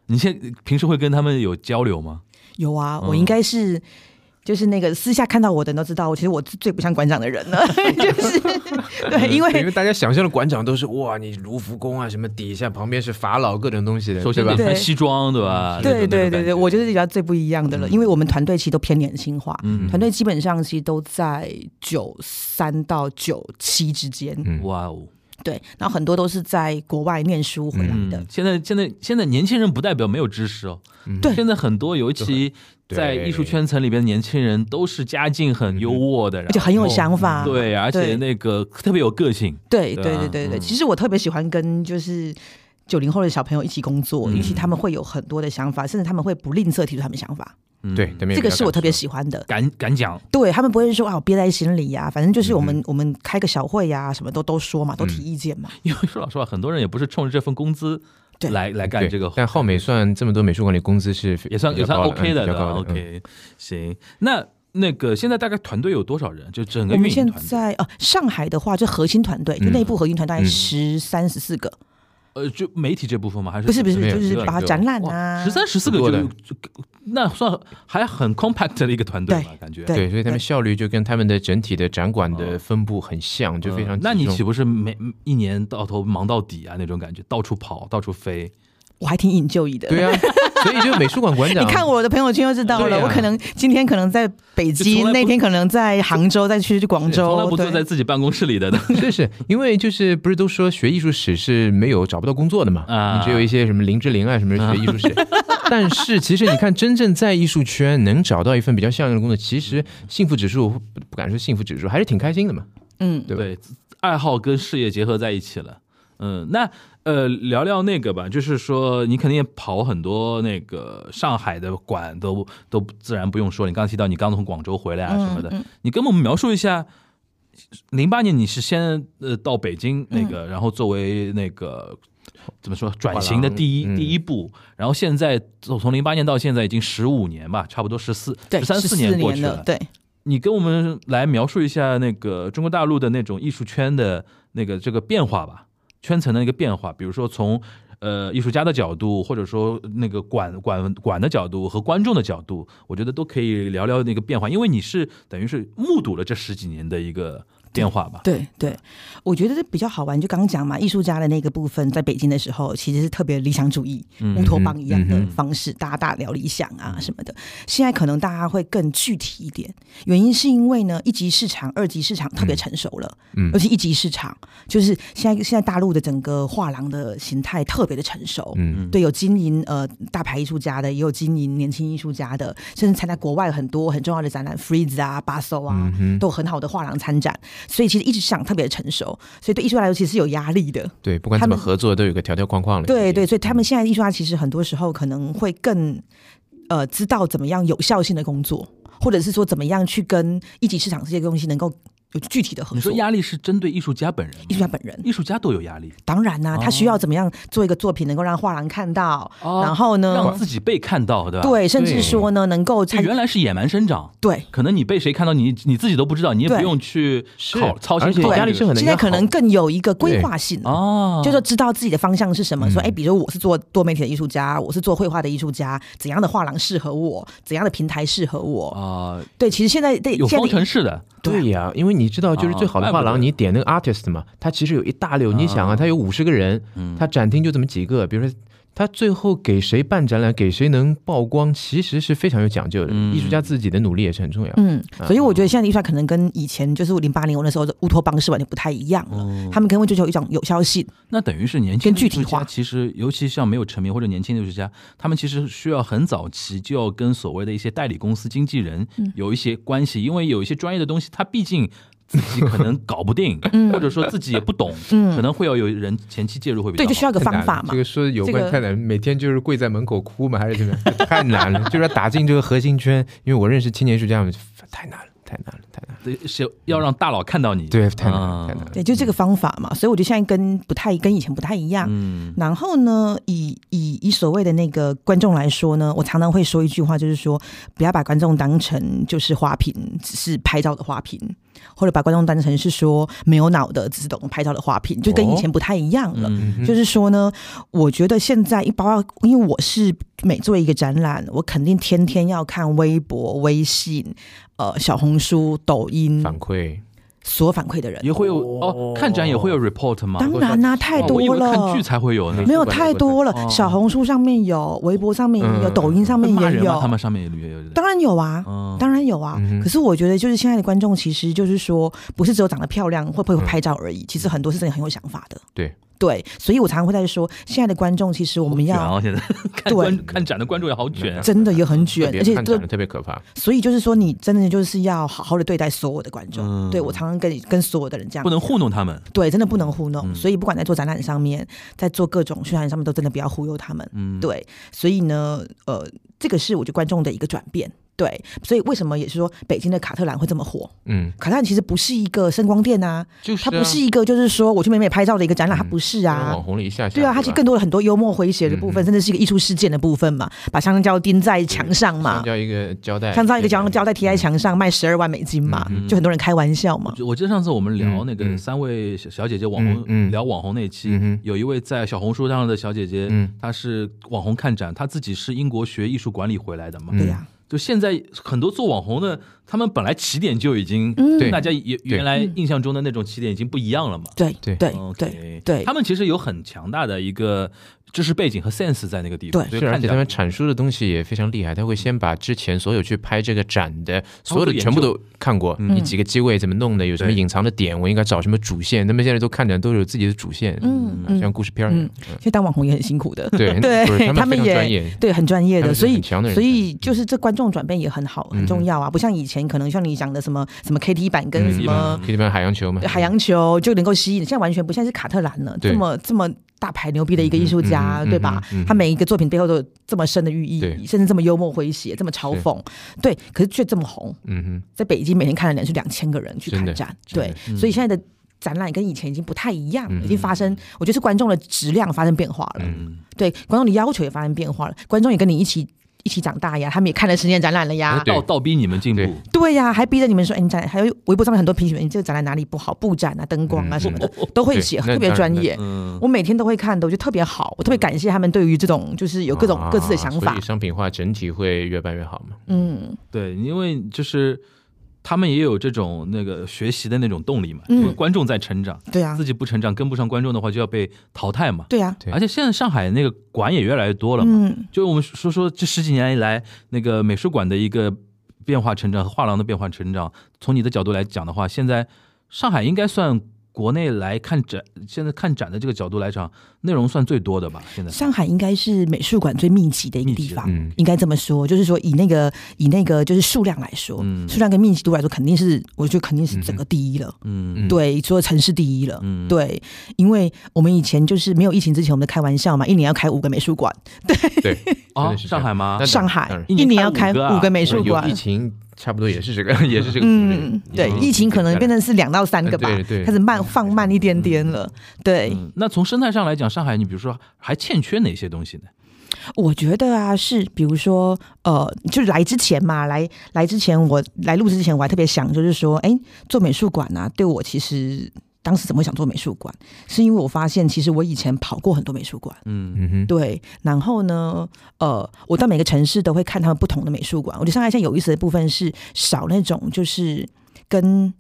S2: 你现在平时会跟他们有交流吗？
S3: 有啊，
S2: 嗯
S3: 我应该是。就是那个私下看到我的人都知道，我其实我是最不像馆长的人
S1: (laughs)
S3: 了， (laughs) 就是
S1: 嗯
S3: 对，因
S1: 对因
S3: 为
S1: 为大家想象的馆长都是哇，你卢浮宫啊，什么底下旁边是法老各种东西的，
S2: 首先
S1: 对
S2: 得
S1: 吧？嗯
S2: 穿
S3: 对
S2: 西装，对吧？
S3: 对
S2: 那种那种
S3: 对
S2: 感
S3: 对
S2: 觉
S3: 对，我就是比较最不一样的了，因为我们团队其实都偏年轻化，
S2: 嗯
S3: 团队基本上其实都在九三到九七之间，
S1: 嗯
S2: 哇哦，
S3: 对，然后很多都是在国外念书回来的，
S2: 嗯，现在现在现在年轻人不代表没有知识哦，
S3: 对
S2: 现在很多尤其
S1: 嗯对嗯
S2: 在艺术圈层里边的年轻人都是家境很优渥的，然
S3: 而且
S2: 后
S3: 很有想法，
S2: 哦对，而且
S3: 对
S2: 那个特别有个性，
S3: 对
S2: 对
S3: 对
S2: 啊
S3: 对对对，其实我特别喜欢跟就是。九零后的小朋友一起工作，
S2: 嗯
S3: 一起他们会有很多的想法，甚至他们会不吝啬提出他们想法，
S2: 嗯
S1: 对，他们也
S3: 这个
S1: 比较
S3: 是我
S1: 敢
S3: 特别
S1: 说
S3: 喜欢的。
S2: 敢敢讲， (laughs)
S3: 对他们不会说啊，我憋在心里呀、反正就是我们、
S1: 嗯
S3: 我们开个小会呀、什么都都说嘛，都提
S2: 嗯
S3: 意见嘛。
S2: 因为说老实话，很多人也不是冲着这份工资
S3: 对
S2: 来来干
S1: 对
S2: 这个活，
S1: 但浩美算这么多美术馆里工资是
S2: 也算
S1: 比
S2: 也
S1: 较
S2: 算
S1: 高的
S2: OK
S1: 嗯
S2: 的，
S1: 比较
S2: 对吧
S1: 高的嗯
S2: ？OK，行，那那个现在大概团队有多少人？就整个
S3: 我
S2: 运
S3: 们
S2: 营
S3: 现
S2: 团队，
S3: 在啊，上海的话，就核心团队，
S1: 嗯
S3: 就内部核心团队大概
S1: 嗯
S3: 十三十四个，
S2: 呃，就媒体这部分吗？还是
S3: 不是不是，
S1: 没有
S3: 就
S1: 十
S3: 是
S1: 个
S3: 把它
S1: 人
S3: 展览
S2: 哇，
S3: 啊，
S2: 十三十四个
S1: 多
S2: 就
S1: 的
S2: 就那算还很 compact 的一个团队吧，感觉。
S3: 对
S1: 对，所以他们
S3: 对
S1: 效率就跟他们的整体的展馆的
S2: 嗯
S1: 分布很像，就非常
S2: 嗯
S1: 集
S2: 那你
S1: 中
S2: 岂不是每一年到头忙到底啊？那种感觉，到处跑，到处飞。
S3: 我还挺引咎意
S1: (laughs)
S3: 的。
S1: 对啊，所以就美术馆馆长，
S3: (laughs) 你看我的朋友圈就知道
S1: 对
S3: 了，
S1: 啊
S3: 我可能今天可能在北
S2: 就从
S3: 京
S2: 来，不
S3: 那天可能在杭州，再去广
S2: 从来
S3: 州
S2: 不，坐在
S3: 对，
S2: 自己办公室里的， (laughs)
S1: (laughs) 是是，因为就是不是都说学艺术史是没有找不到工作的嘛？
S2: 啊
S1: 你只有一些什么林志玲啊什么学艺术
S2: (laughs)
S1: 史，但是其实你看，真正在艺术圈能找到一份比较像样的工作，其
S2: 嗯
S1: 实幸福指数不不敢说幸福指数，还是挺开心的嘛。
S3: 嗯，
S1: 对吧
S2: 对，爱好跟事业结合在一起了。嗯，那呃，聊聊那个吧，就是说你肯定也跑很多那个上海的馆都都自然不用说，你刚刚提到你刚从广州回来啊什么的，你跟我们描述一下，零八年你是先呃到北京那个，然后作为那个。怎么说？转型的第一、
S1: 嗯
S2: 第一步，然后现在从从零八年到现在已经十五年吧，差不多十四
S3: 对，
S2: 三四
S3: 14
S2: 年过去
S3: 了，对，
S2: 你跟我们来描述一下那个中国大陆的那种艺术圈的那个这个变化吧，圈层的一个变化，比如说从呃艺术家的角度，或者说那个管管管的角度和观众的角度，我觉得都可以聊聊那个变化，因为你是等于是目睹了这十几年的一个变化吧。
S3: 对对，我觉得比较好玩，就刚刚讲嘛，艺术家的那个部分，在北京的时候其实是特别理想主义、乌托邦一样的方式，大家大聊理想啊什么的。现在可能大家会更具体一点，原因是因为呢，一级市场、二级市场特别成熟了，
S1: 嗯
S3: 尤其一级市场，就是现在现在大陆的整个画廊的形态特别的成熟，
S1: 嗯，
S3: 对，有经营呃大牌艺术家的，也有经营年轻艺术家的，甚至参加国外很多很重要的展览，Freeze 啊、巴搜啊，都有很好的画廊参展。所以其实一直想特别成熟，所以对艺术家来说其实是有压力的。
S1: 对，不管
S3: 他
S1: 怎么
S3: 们
S1: 合作，都有个条条框框了。
S3: 对对，所以他们现在艺术家其实很多时候可能会更呃知道怎么样有效性的工作，或者是说怎么样去跟一级市场这些东西能够有具体的合
S2: 你
S3: 作
S2: 说。压力是针对艺术家本人吗
S3: 艺术家本人
S2: 艺术家都有压力，
S3: 当然啦、他需
S2: 哦
S3: 要怎么样做一个作品能够让画廊看到，
S2: 哦
S3: 然后呢
S2: 让，自己被看到，对吧？，
S3: 对，甚
S1: 对
S3: 至说呢能够参
S2: 原来是野蛮生长。
S3: 对。
S2: 可能你被谁看到你，你自己都不知道，你也不
S3: 对
S2: 用去
S1: 是
S2: 考操心
S1: 而且
S2: 考虑
S1: 压力
S2: 这个
S1: 是很
S3: 现在可能更有一个规划性了。
S2: 哦，
S3: 就是知道自己的方向是什么，说哎，比如我是做多媒体的艺术家，我是做绘画的艺术家，怎样的画廊适合我，怎样的平台适合我？
S2: 啊、
S3: 对，其实现在对
S2: 有
S3: 现
S2: 方
S3: 在
S2: 程式的，
S1: 对呀、因为你知道，就是最好的画
S2: 啊怪不
S1: 廊，
S2: 得哦
S1: 你点那个 artist 嘛，他其实有一大溜。你想啊，他有五十个人，
S2: 嗯
S1: 他展厅就这么几个，比如说。他最后给谁办展览，给谁能曝光，其实是非常有讲究的。
S2: 嗯
S1: 艺术家自己的努力也是很重要。
S3: 嗯，所以我觉得现在的艺术家可能跟以前就是零八年我那时候的乌托邦是完全不太一样了，他们可能会追求一种有效性，
S2: 那等于是年轻的
S3: 更具
S2: 艺术
S3: 体
S2: 家，
S3: 化
S2: 其实尤其像没有成名或者年轻的艺术家，他们其实需要很早期就要跟所谓的一些代理公司、经纪人
S3: 嗯
S2: 有一些关系，因为有一些专业的东西，他毕竟。自己可能搞不定，
S3: 嗯
S2: 或者说自己也不懂，可能会要有人前期介入会比较
S3: 对，
S2: 好。
S3: 就需要一个
S1: 太难
S3: 方
S1: 了
S3: 法嘛
S1: 这。个说有关
S3: 这个
S1: 太难，每天就是跪在门口哭嘛，还是怎么样？太难了，就是要打进这个核心圈。因为我认识青年艺术家，太难了。太难了，太难了。
S2: 对，是要让大佬看到你，
S1: 对，太难了，
S2: 啊
S1: 太难了。
S3: 对，就这个方法嘛，所以我觉得现在跟不太跟以前不太一样。
S2: 嗯，
S3: 然后呢，以以以所谓的那个观众来说呢，我常常会说一句话，就是说不要把观众当成就是花瓶，只是拍照的花瓶，或者把观众当成是说没有脑的，只是懂拍照的花瓶，就跟以前不太一样了。
S2: 嗯
S1: 嗯
S3: 就是说呢，我觉得现在一包括，因为我是每做一个展览，我肯定天天要看微博、微信、呃小红书、抖音
S1: 反馈，
S3: 所有反馈的人。
S2: 也会有哦，看展也会有 report 吗？哦
S3: 当然啦、太
S2: 我以
S3: 多
S2: 为看
S3: 了
S2: 剧。才会有呢
S1: 嗯，
S3: 没有
S1: 不管
S3: 太
S1: 不管
S3: 多了，
S2: 哦
S3: 小红书上面有，微博上面也有，
S1: 嗯
S3: 抖音上面
S2: 骂
S3: 也
S2: 人吗？
S3: 有
S2: 他，们上面也有，
S3: 当然有啊，
S2: 嗯
S3: 当然有啊。
S1: 嗯哼
S3: 可是我觉得，就是现在的观众，其实就是说，不是只有长得漂亮会不会拍照而已，
S2: 嗯
S3: 其实很多是真的很有想法的。
S1: 对
S3: 对，所以我常常会在说，现在的观众其实我们
S2: 卷
S3: 要
S2: 啊！现在 (laughs) 看
S3: 对
S2: 观看展的观众也好卷啊，
S1: 嗯
S3: 真的也很卷
S1: 特，
S2: (laughs)
S1: 别
S3: 而且
S1: 看
S3: 这
S1: 展的特别可怕。
S3: 所以就是说，你真的就是要好好的对待所有的观众。
S2: 嗯
S3: 对我常常跟跟所有的人这样
S2: 不，能糊弄他们。
S3: 对，真的不能糊弄。
S2: 嗯
S3: 所以不管在做展览上面，在做各种宣传上面，都真的不要忽悠他们。
S2: 嗯，
S3: 对，所以呢，呃，这个是我觉得观众的一个转变。对，所以为什么也是说北京的卡特兰会这么火？
S1: 嗯，
S3: 卡特兰其实不是一个声光电啊，
S1: 就是
S3: 它
S1: 啊
S3: 不是一个就是说我去美美拍照的一个展览，它
S1: 嗯
S3: 不是啊。
S1: 网红了一下下，
S3: 对啊，它
S1: 是
S3: 其实更多了很多幽默诙谐的部
S1: 嗯
S3: 分，甚至是一个艺术事件的部分嘛，把香蕉钉在墙上嘛，
S1: 叫一个胶带，
S3: 啊香蕉一个胶胶带贴在墙上卖十二万美金嘛，
S2: 嗯
S3: 就很多人开玩笑嘛
S2: 我。记我记得上次我们聊那
S1: 嗯
S2: 个
S1: 嗯
S2: 三位小小姐姐网红，
S1: 嗯嗯
S2: 聊网红那期，
S1: 嗯哼
S2: 有一位在小红书上的小姐姐，
S1: 嗯
S2: 她是网红看展，她自己是英国学艺术管理回来的嘛。
S1: 嗯
S3: 对啊呀、
S2: 就现在很多做网红的，他们本来起点就已经，
S3: 嗯
S1: 对嗯
S2: 大家也原来印象中的那种起点已经不一样了嘛。
S3: 对
S1: 对
S3: 对
S2: 哦 OK
S3: 对对
S2: 他们其实有很强大的一个知识背景和 sense 在那个地方，
S3: 对
S2: 所以
S1: 是，而
S2: 看
S1: 且
S2: 起
S1: 他
S2: 来
S1: 们阐述的东西也非常厉害，他会先把之前所有去拍这个展的所有的
S2: 会研
S1: 全部
S2: 究
S1: 都看过，
S3: 嗯
S1: 你几个机位怎么弄的，有什么
S2: 对
S1: 隐藏的点，我应该找什么主线。那么现在都看展都有自己的主线，
S3: 嗯嗯
S1: 像故事片儿一样。嗯
S3: 其实当网红也很辛苦的， (laughs)
S1: 对
S3: 对
S1: 不是他
S3: 他
S1: 们
S3: 们
S1: 非常
S3: 也
S1: 专业，
S3: 对，很专业
S1: 他
S3: 的，
S1: 们是
S3: 所以
S1: 很强的人嗯
S3: 所以就是这观众转变也很好，很重要啊，不像以前可能像你讲的什么什么 KT 版
S1: 嗯
S3: 跟什么
S1: K 地方海洋球嘛，
S3: 海洋球就能够吸引，现在完全不像是卡特兰了，
S1: 嗯对
S3: 这么这么大牌牛逼的一个艺术家，
S1: 嗯嗯嗯
S3: 对吧
S1: 嗯嗯嗯？
S3: 他每一个作品背后都有这么深的寓意
S1: 对，
S3: 甚至这么幽默诙谐，这么嘲讽，对，可是却这么红，
S1: 嗯哼，
S3: 在北京每天看的人是两千个人去
S1: 真的
S3: 看展，
S1: 真的
S3: 对，所以现在的展览跟以前已经不太一样了，
S1: 嗯
S3: 已经发生，我觉得是观众的质量发生变化了，
S1: 嗯
S3: 对，观众的要求也发生变化了，观众也跟你一起一起长大呀，他们也看了十年展览了呀。
S1: 哎对
S2: 倒倒逼你们进
S1: 对
S2: 步。
S3: 对呀、还逼着你们说，哎，你展还有微博上面很多评哎论，你这个展览哪里不好，布展啊、灯光啊什么的，都会写，
S1: 嗯对那
S3: 特别专业。
S2: 嗯，
S3: 我每天都会看的，我觉得特别好，我特别感谢他们对于这种就是有各种
S1: 嗯啊
S3: 各自的想
S1: 所
S3: 法
S1: 以。商品化整体会越办越好嘛。
S3: 嗯，
S2: 对，因为就是他们也有这种那个学习的那种动力嘛，
S3: 嗯
S2: 因为观众在成长，
S3: 对啊
S2: 自，己不成长跟不上观众的话，就要被淘汰嘛。
S3: 对啊，
S1: 对
S2: 而且现在上海那个馆也越来越多了嘛，
S3: 嗯，
S2: 就我们说说这十几年以来那个美术馆的一个变化成长和画廊的变化成长。从你的角度来讲的话，现在上海应该算国内来看展，现在看展的这个角度来讲，内容算最多的吧？现在
S3: 上海应该是美术馆最密集的一个
S2: 密集的
S3: 地方。
S1: 嗯，
S3: 应该这么说，就是说以那个以那个就是数量来说，
S2: 嗯
S3: 数量跟密集度来说，肯定是我觉得肯定是整个第一了，
S2: 嗯
S1: 嗯
S3: 对，所有城市第一了。
S2: 嗯，
S3: 对，因为我们以前就是没有疫情之前，我们在开玩笑嘛，一年要开五个美术馆， (laughs)
S1: 对，真
S2: 啊，
S1: 的是这
S2: 上
S1: 样
S2: 海吗
S1: 那？
S3: 上
S1: 当
S3: 海
S1: 然
S2: 一年
S3: 年要
S2: 开
S3: 开
S2: 五个啊
S3: 五个美
S1: 有
S3: 术馆
S1: 疫，情差不多也是这个， (laughs) 也是这个主
S3: 嗯
S1: 流。，
S3: 对，
S1: 嗯
S3: 疫情可能变成是两到三个吧
S1: 对对，
S3: 开始慢放慢一点点了。对，
S2: 嗯那从生态上来讲，上海你比如说还欠缺哪些东西呢？
S3: 我觉得啊，是比如说，呃，就是来之前嘛，来来之前我，来录制之前，我还特别想，就是说，哎，做美术馆啊，对我其实当时怎么会想做美术馆，是因为我发现，其实我以前跑过很多美术馆，
S2: 嗯
S1: 嗯哼，
S3: 对，然后呢，呃，我到每个城市都会看他们不同的美术馆。我觉得上海现在有意思的部分是少那种就是跟。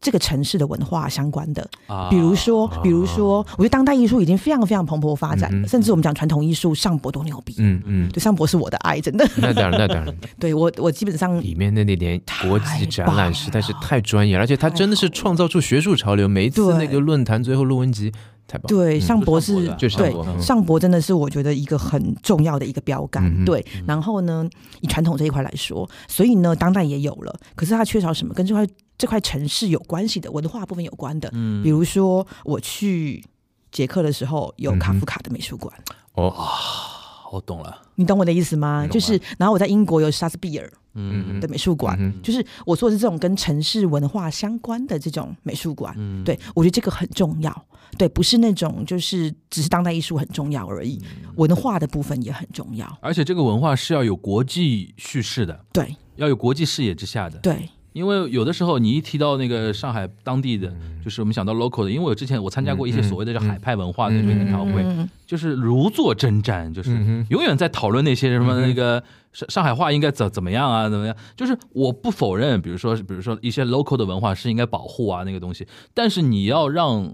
S3: 这个城市的文化相关的，
S2: 啊，
S3: 比如说，比如说，我觉得当代艺术已经非常非常蓬勃发展了，
S1: 嗯哼
S3: 甚至我们讲传统艺术，上博多牛逼，
S1: 嗯嗯，
S3: 对，上博是我的爱，真的。 (laughs)
S1: 那当然，那当然，
S3: 对我，我基本上
S1: 里面的那点国际展览实在是太专业了，而且它真的是创造出学术潮流。每一次
S3: 对
S1: 那个论坛最后论文集太棒了，
S3: 对上博士，
S2: 就是上博的
S1: 就是上
S2: 嗯
S3: 对
S1: 博，
S3: 上博真的是我觉得一个很重要的一个标杆。
S1: 嗯哼
S3: 对，然后呢，以传统这一块来说，所以呢，当代也有了，可是它缺少什么？跟这块这块城市有关系的文化部分有关的，
S2: 嗯
S3: 比如说我去捷克的时候，有卡
S1: 嗯哼
S3: 夫卡的美术馆。
S1: 哦，
S2: 我懂了，
S3: 你懂我的意思
S2: 嗯
S3: 吗？
S2: 懂
S3: 就是，然后我在英国有莎士比尔，
S1: 嗯
S3: 的美术馆，
S1: 嗯
S3: 就是我说的是这种跟城市文化相关的这种美术馆。
S2: 嗯
S3: 对我觉得这个很重要，对，不是那种就是只是当代艺术很重要而已，
S2: 嗯
S3: 文化的部分也很重要。
S2: 而且这个文化是要有国际叙事的，
S3: 对
S2: 要有国际视野之下的。
S3: 对，
S2: 因为有的时候你一提到那个上海当地的，
S3: 嗯
S2: 就是我们想到 local 的，因为我之前我参加过一些所谓的叫海派文化的这个研讨会，
S3: 嗯，
S2: 就是如坐针毡，就是
S1: 嗯
S2: 永远在讨论那些什么那个上上海话应该怎怎么样啊，怎么样？就是我不否认，比如说比如说一些 local 的文化是应该保护啊那个东西，但是你要让。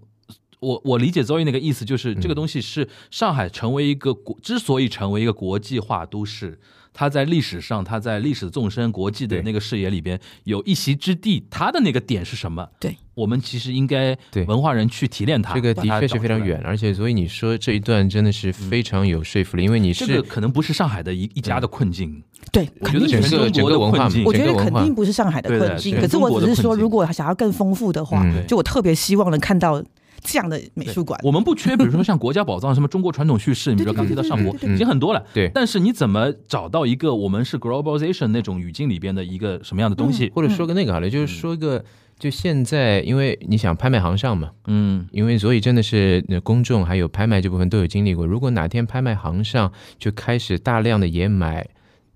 S2: 我我理解 Zoe 那个意思，就是这个东西是上海成为一个国，之所以成为一个国际化都市，它在历史上，它在历史纵深国际的
S1: 对
S2: 那个视野里边有一席之地，它的那个点是什么？
S3: 对，
S2: 我们其实应该
S1: 对
S2: 文化人去提炼它。
S1: 这个
S2: 把
S1: 的
S2: 它
S1: 确是
S2: 找
S1: 非常
S2: 出来
S1: 远，而且所以你说这一段真的是非常有说
S3: 嗯
S1: 服力，因为你
S2: 这
S1: 是嗯
S2: 个可能不是上海的一一家的困境，
S3: 对，
S2: 我
S3: 肯
S2: 觉得
S3: 定
S1: 整
S3: 不是
S2: 全
S1: 个
S2: 中
S1: 整
S2: 国的
S1: 个文化
S2: 困境，
S3: 我觉
S1: 整
S3: 得
S1: 个文
S3: 肯
S1: 化
S3: 定不是上海的
S2: 对的
S3: 困境，
S2: 对
S3: 可是
S2: 中国
S3: 我
S2: 的
S3: 只是说，
S2: 困境
S3: 如果想要更丰富的话，
S1: 嗯
S2: 对
S3: 就我特别希望能看到这样的美术馆。
S2: 我们不缺，比如说像国家宝藏、什么中国传统叙事，你比如说刚提到上博，
S1: 对
S2: 已经很多了。
S1: 对
S2: 但是你怎么找到一个我们是 globalization 那种语境里边的一个什么样的东西？
S1: 或者说个那个好了，
S3: 嗯
S1: 就是说个就现在，因为你想拍卖行上嘛，
S2: 嗯
S1: 因为所以真的是呃公众还有拍卖这部分都有经历过。如果哪天拍卖行上就开始大量的也买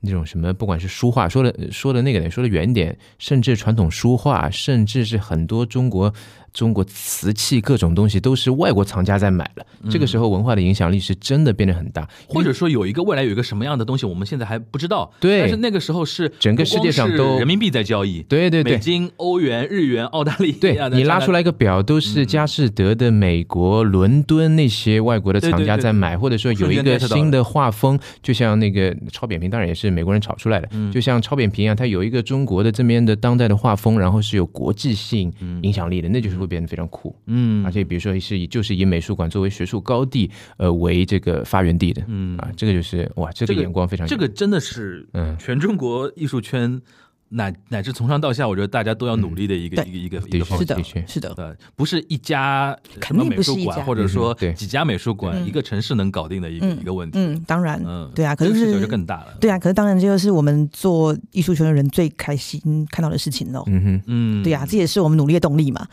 S1: 那种什么，不管是书画，说的说的那个点，说的远点，甚至传统书画，甚至是很多中国中国瓷器各种东西都是外国藏家在买了。这个时候文化的影响力是真的变得很大，
S2: 或者说有一个未来有一个什么样的东西，我们现在还不知道。
S1: 对
S2: 但是那个时候是
S1: 整个世界上都
S2: 不光是人民币在交易，
S1: 对对对
S2: 美，金、欧元、日元、澳大利
S1: 对
S2: 亚的，
S1: 你拉出
S2: 来，
S1: 来一个表，都是佳士得的美国、伦敦那些外国的
S2: 对对
S1: 藏家在买，或者说有一
S2: 瞬间
S1: 个
S2: get 到了
S1: 新的画风，就像那个超扁平，当然也是美国人炒出来的，
S2: 嗯
S1: 就像超扁平一样，它有一个中国的这边的当代的画风，然后是有国际性影响力的，那就是会变得非常酷。
S2: 嗯
S1: 而且比如说是以就是以美术馆作为学术高地，呃为这个发源地的，嗯啊，这个就是哇，这个
S2: 这个
S1: 眼光非常
S2: 这个真的是
S1: 嗯
S2: 全中国艺术圈乃乃至从上到下，我觉得大家都要努力的一个
S3: 嗯
S2: 一个一个一
S1: 的确
S2: 个方
S3: 是
S2: 向。
S1: 的确
S3: 的，是的，
S2: 呃，不是一家什
S3: 肯
S2: 么
S3: 定
S2: 美
S3: 不是
S2: 术
S3: 一家
S2: 馆，或者说
S1: 嗯对
S2: 几家美术馆，
S3: 嗯
S2: 一个城市能搞定的一个一个问题。
S3: 嗯，当然，
S2: 嗯，
S3: 对啊，可
S2: 这个视角
S3: 是
S2: 就更大了。
S3: 对啊，可是当然这就是我们做艺术圈的人最开心看到的事情喽。
S1: 嗯哼。
S2: 嗯，
S3: 对啊，这也是我们努力的动力嘛。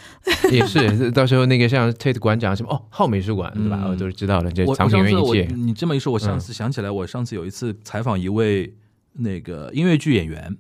S1: 也是，到时候那个像 Tate 馆长什么哦，浩美术馆对吧？
S2: 嗯
S1: 我都是知道的，这
S2: 我
S1: 藏
S2: 我
S1: 品
S2: 上次
S1: 园一嗯
S2: 我
S1: 界，
S2: 你这么一说，我上次想起来，我上次有一次采访一位那个音乐剧演员，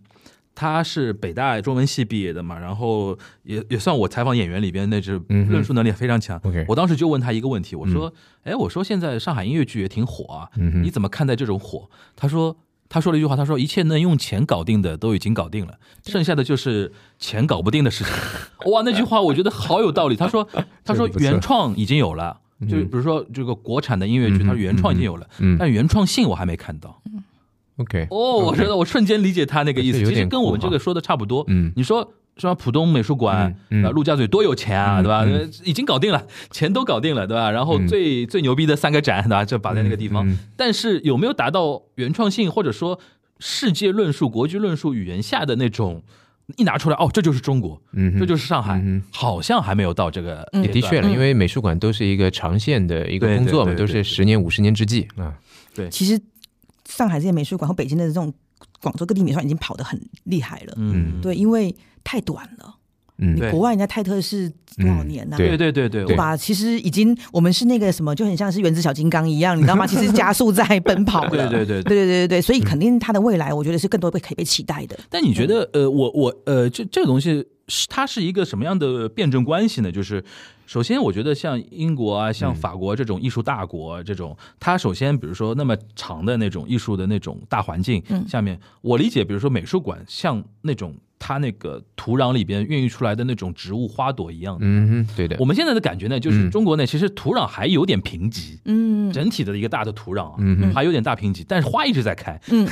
S2: 他是北大中文系毕业的嘛，然后也也算我采访演员里边那是
S1: 嗯哼
S2: 论述能力非常强。
S1: OK
S2: 我当时就问他一个问题，我说：“哎，我说现在上海音乐剧也挺火啊，
S1: 嗯哼
S2: 你怎么看待这种火？”他说。他说了一句话，他说：“一切能用钱搞定的都已经搞定了，剩下的就是钱搞不定的事情。” (laughs) 哇，那句话我觉得好有道理。
S1: (laughs)
S2: 他说：“他说
S1: 这个不错嗯
S2: 原创已经有了，就是比如说这个国产的音乐
S1: 嗯
S2: 剧，
S1: 哼
S2: 它原创已经有了，
S1: 嗯
S2: 但原创性我还没看到。
S1: ，OK，
S2: 哦，我觉得我瞬间理解他那个意思，
S1: 这有
S2: 其实
S1: 点
S2: 跟我们
S1: 酷
S2: 这
S1: 哈
S2: 个说的差不多。
S1: 嗯
S2: 你说什么浦东美术馆、
S1: 嗯嗯
S2: 呃陆家嘴多有钱啊，
S1: 嗯
S2: 对吧？
S1: 嗯
S2: 呃已经搞定了，钱都搞定了，对吧？然后
S1: 嗯
S2: 最、最牛逼的三个展，对吧？就摆在那个地方，
S1: 嗯嗯
S2: 但是有没有达到原创性，或者说世界论述、国际论述语言下的那种？一拿出来，哦，这就是中国，
S1: 嗯哼
S2: 这就是上海，
S1: 嗯
S2: 好像还没有到这个阶
S3: 嗯
S2: 段。
S1: 的确了，
S3: 嗯
S1: 因为美术馆都是一个长线的一
S2: 对
S1: 个工作嘛，
S2: 对对
S1: 都
S2: 对
S1: 是十年、五十年之计啊。
S3: 其实上海这些美术馆和北京的这种广州各地美术馆已经跑得很厉害了。
S2: 嗯，
S3: 对，因为太短了，
S1: 嗯
S3: 你
S2: 对
S3: 国外人家泰特是多少年呐、
S1: 嗯对
S2: 对对对对，
S3: 对
S2: 我
S3: 吧？其实已经，我们是那个什么，就很像是原子小金刚一样，你知道吗？其实加速在奔跑了。
S2: (laughs) 对对对
S3: 对对对对
S1: 嗯
S3: 所以肯定它的未来，我觉得是更多被可以被期待的。
S2: 但你觉得，呃，我我呃，这这个东西是它是一个什么样的辩证关系呢？就是首先，我觉得像英国啊、像法国这种艺术大国，这种它首先，比如说那么长的那种艺术的那种大环境下面，我理解，比如说美术馆像那种它那个土壤里边孕育出来的那种植物花朵一样的。
S1: 嗯哼，对的
S2: 我，们现在的感觉呢，就是
S1: 嗯
S2: 中国呢，其实土壤还有点贫瘠，
S3: 嗯，
S2: 整体的一个大的土壤啊，
S1: 嗯哼
S2: 还有点大贫瘠，但是花一直在开，
S3: 嗯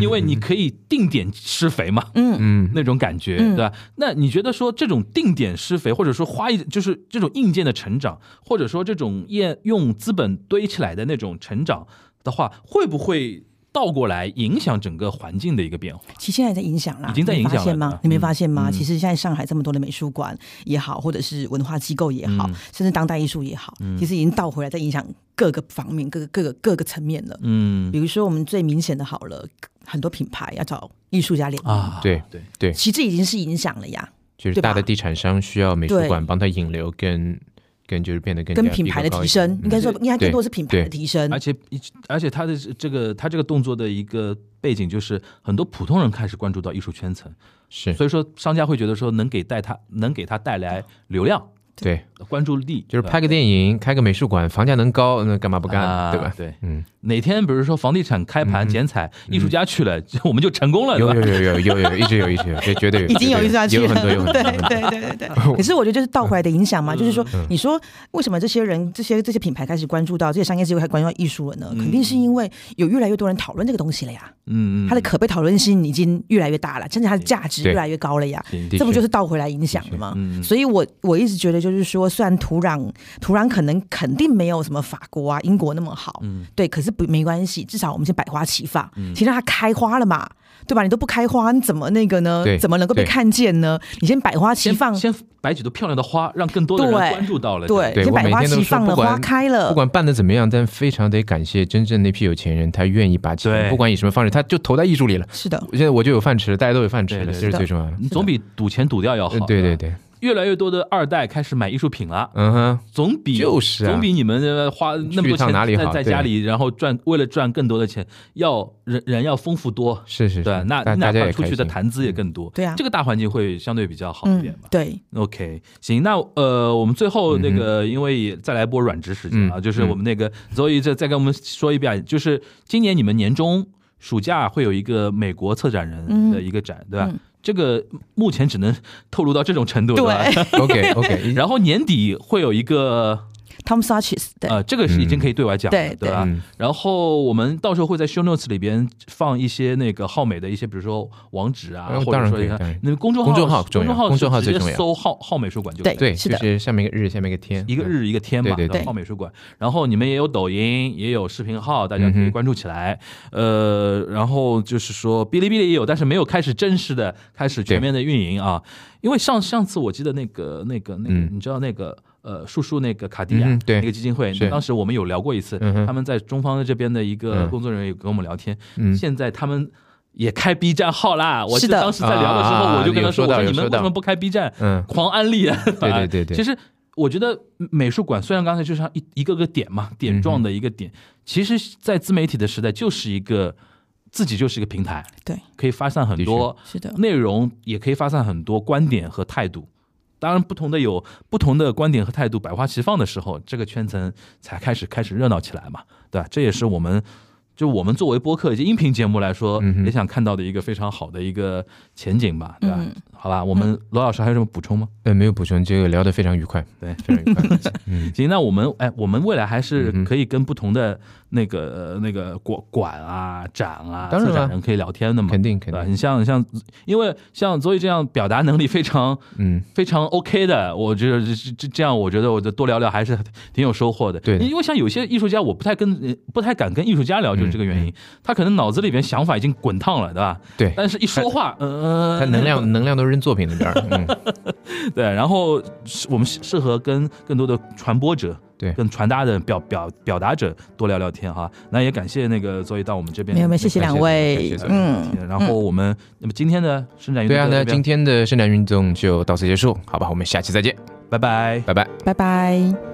S2: (laughs) 因为你可以定点施肥嘛，
S3: 嗯，
S1: 嗯，
S2: 那种感觉，
S3: 嗯
S2: 对吧？那你觉得说这种定点施肥，或者说花一就是这种硬件的成长，或者说这种业用资本堆起来的那种成长的话，会不会倒过来影响整个环境的一个变化？
S3: 其实现在也在影响啦，
S2: 已经在影响了
S3: 你发现
S2: 嗯
S3: 吗？你没发现吗？
S2: 嗯
S3: 其实现在上海这么多的美术馆也好，或者是文化机构也好，
S2: 嗯
S3: 甚至当代艺术也好，其实已经倒回来在影响各个方面、各个各个各个层面了。
S2: 嗯
S3: 比如说我们最明显的好了，很多品牌要找艺术家联名，
S2: 啊，
S1: 对
S2: 对，
S1: 对，
S3: 其实这已经是影响了呀，
S1: 就是
S3: 对吧
S1: 大的地产商需要美术
S3: 对
S1: 馆帮他引流跟跟就是变得更
S3: 跟
S1: 加
S3: 品牌的
S1: 逼格高一点
S3: 提升，应该
S2: 嗯
S3: 说应该更多
S1: 对
S3: 是品牌的
S1: 对
S3: 提升
S2: 而，且一直而且他的这个他这个动作的一个背景就是很多普通人开始关注到艺术圈层，
S1: 是
S2: 所以说商家会觉得说能给带他能给他带来流量、
S1: 对，
S2: 关注力，
S1: 就是
S2: 对吧
S1: 拍个电影，开个美术馆，房价能高，那干嘛不干，
S2: 啊
S1: 对吧？
S2: 对，
S1: 嗯，
S2: 哪天比如说房地产开盘剪彩，艺术家去了， (laughs) 我们就成功了，
S1: 有
S2: 对
S1: 有
S2: 吧？
S1: 有有有有，一直有，一直有，这绝对有，
S3: 已经
S1: 绝
S3: 有
S1: 对
S3: 一下去
S1: 有
S3: 了，
S1: 很多有嗯很多，
S3: 对
S1: 有很多
S3: 对对对对。可是我觉得这是倒回来的影响嘛，就是说，你说为什么这些人、这些这些品牌开始关注到这些商业机构，开始关注到艺术了呢？肯定是
S1: 嗯
S3: 因为有越来越多人讨论这个东西了呀，
S2: 嗯，嗯
S3: 它的可被讨论性已经越来越大了，甚至它的价值
S1: 对
S3: 越来越高了呀。
S1: 的
S3: 这不
S1: 确
S3: 就是倒回来影响了吗？
S2: 嗯
S3: 所以我我一直觉得，就是说，虽然土壤土壤可能肯定没有什么法国啊、英国那么好，
S2: 嗯
S3: 对，可是不没关系，至少我们先百花齐放，
S1: 嗯
S3: 先让它开花了嘛，对吧？你都不开花，你怎么那个呢
S1: 对？
S3: 怎么能够被
S1: 对
S3: 看见呢？你先百花齐
S2: 先
S3: 放，
S2: 先摆几朵漂亮的花，让更多的人
S3: 对
S2: 关注到了，
S3: 对，
S1: 对
S3: 先
S1: 我
S3: 百
S1: 每
S3: 花
S1: 天都
S3: 齐
S1: 说
S3: 放
S1: 不
S3: 了，花
S1: 管
S3: 开了
S1: 不。管办的怎么样，但非常得感谢真正那批有钱人，他愿意把
S2: 对
S1: 钱，不管以什么方式，他就投在艺术里了。
S3: 是的，
S1: 现在我就有饭吃了，大家都有饭吃
S2: 对
S1: 了，
S2: 对
S1: 这是
S3: 对
S1: 最重要的。
S2: 你总比赌钱赌掉要好
S1: 呃，对对
S2: 吧，
S1: 对，
S2: 越来越多的二代开始买艺术品了。
S1: 嗯哼，
S2: 总比
S1: 就是啊
S2: 总比你们呃花那么
S1: 去
S2: 多
S1: 一趟
S2: 钱
S1: 哪里
S2: 在
S1: 好
S2: 在
S1: 对
S2: 家里，然后赚为了赚更多的钱，要人人要丰富多，
S1: 是是是，
S2: 对，那
S1: 大
S2: 你哪
S1: 大家
S2: 怕
S1: 也
S2: 出
S1: 开
S2: 去的
S1: 心。嗯
S2: 谈资也更多，
S3: 对啊
S2: 这个大环境会相对比较好一点
S3: 嗯
S2: 吧。，
S3: 对，
S2: OK，行，那呃，我们最后那个，因为也再来播软职时间啊，
S1: 嗯
S2: 就是我们那个 Zoe 再再跟我们说一遍，就是今年你们年终暑假会有一个美国策展人的一个展，对吧？
S3: 嗯
S2: 这个目前只能透露到这种程度，对吧？
S1: OK OK，
S2: (laughs) 然后年底会有一个
S3: ，Tom Sarchis，对，
S2: 呃，这个是已经
S1: 嗯
S2: 可以对外讲了，
S3: 对
S2: 对吧？
S1: 嗯
S2: 然后我们到时候会在 show notes 里边放一些那个浩美的一些，比如说网址啊，
S1: 呃
S2: 或
S1: 当
S2: 者
S1: 然
S2: 说
S1: 可以
S2: 一下
S1: 当然
S2: 那个公众号，
S1: 公众号
S2: 公
S1: 重要
S2: 众号
S1: 公众号
S2: 是直接
S1: 最重要
S2: 搜浩浩美术馆就可以
S3: 对
S1: 对，
S3: 是
S1: 就
S3: 的
S1: 是下面一个日，下面一个天，嗯
S2: 一个日一个天嘛，
S1: 对对对
S2: 然后美术馆。然后你们也有抖音，也有视频号，大家可
S1: 嗯
S2: 以
S1: 哼
S2: 关注起来。呃，然后就是说哔哩哔哩也有，但是没有开始正式的开始全面的运营啊。因为上上次我记得那个那个那个，
S1: 嗯
S2: 你知道那个。呃，叔叔那个卡地亚、
S1: 嗯哼对
S2: 那个基金会，
S1: 是
S2: 当时我们有聊过一次，
S1: 嗯哼
S2: 他们在中方这边的一个
S1: 嗯
S2: 工作人员有跟我们聊天，
S1: 嗯
S2: 现在他们也开 B 站号啦。我记得
S3: 是的
S2: 当时在聊的时候，
S1: 啊
S2: 我就跟他说，
S1: 有说到
S2: 我说
S1: 有
S2: 你们
S1: 说
S2: 为
S1: 到
S2: 什么不开 B 站？
S1: 嗯，
S2: 狂安利啊！ (laughs) 对
S1: 对对对
S2: 其实我觉得美术馆虽然刚才就像一一个个点嘛，点状的一个
S1: 嗯
S2: 点，其实，在自媒体的时代，就是一个自己就是一个平台，
S3: 对，
S2: 可以发散很多
S3: 是
S1: 嗯
S3: 的，
S2: 内容，也可以发散很多观点和态度。当然，不同的有不同的观点和态度，百花齐放的时候，这个圈层才开始开始热闹起来嘛，对吧？这也是我们。就我们作为播客以及音频节目来说，
S1: 嗯哼
S2: 也想看到的一个非常好的一个前景吧，对吧？
S3: 嗯
S2: 好吧，我们罗老师还有什么补充吗？
S1: 呃，没有补充，这个聊得非常愉快，
S2: 对
S1: 非常愉快。嗯，
S2: 行，那我们哎，我们未来还是
S1: 嗯哼
S2: 可以跟不同的那个、呃那个馆馆啊、展啊、
S1: 当然
S2: 策展
S1: 了
S2: 人可以聊天的嘛，
S1: (laughs) 肯定
S2: 对
S1: 肯
S2: 吧？
S1: 定，
S2: 你像像，因为像所以这样表达能力非常
S1: 嗯，
S2: 非常 OK 的，我觉得这这这这样，我觉得我就多聊聊还是挺有收获的。
S1: 对的
S2: 因为像有些艺术家，我不太跟呃不太敢跟艺术家聊，就是这个原因，他可能脑子里边想法已经滚烫了，对吧？
S1: 对，
S2: 但是一说话，嗯、
S1: 他能量能量都扔作品那边儿，嗯，
S2: (laughs) 对，然后是我们适适合跟更多的传播者，
S1: 对
S2: 跟传达的表表表达者多聊聊天哈。那也感谢那个所以到我们这边，
S3: 没有没有，谢谢
S1: 感谢
S3: 两位
S1: 感谢，
S3: 嗯，
S2: 然后我们那么今天的伸展运动
S1: 对啊，
S2: 就到
S1: 那
S2: 这边
S1: 今天的圣诞运动就到此结束，好吧，我们下期再见，
S2: 拜拜。
S1: 拜拜。
S3: 拜拜。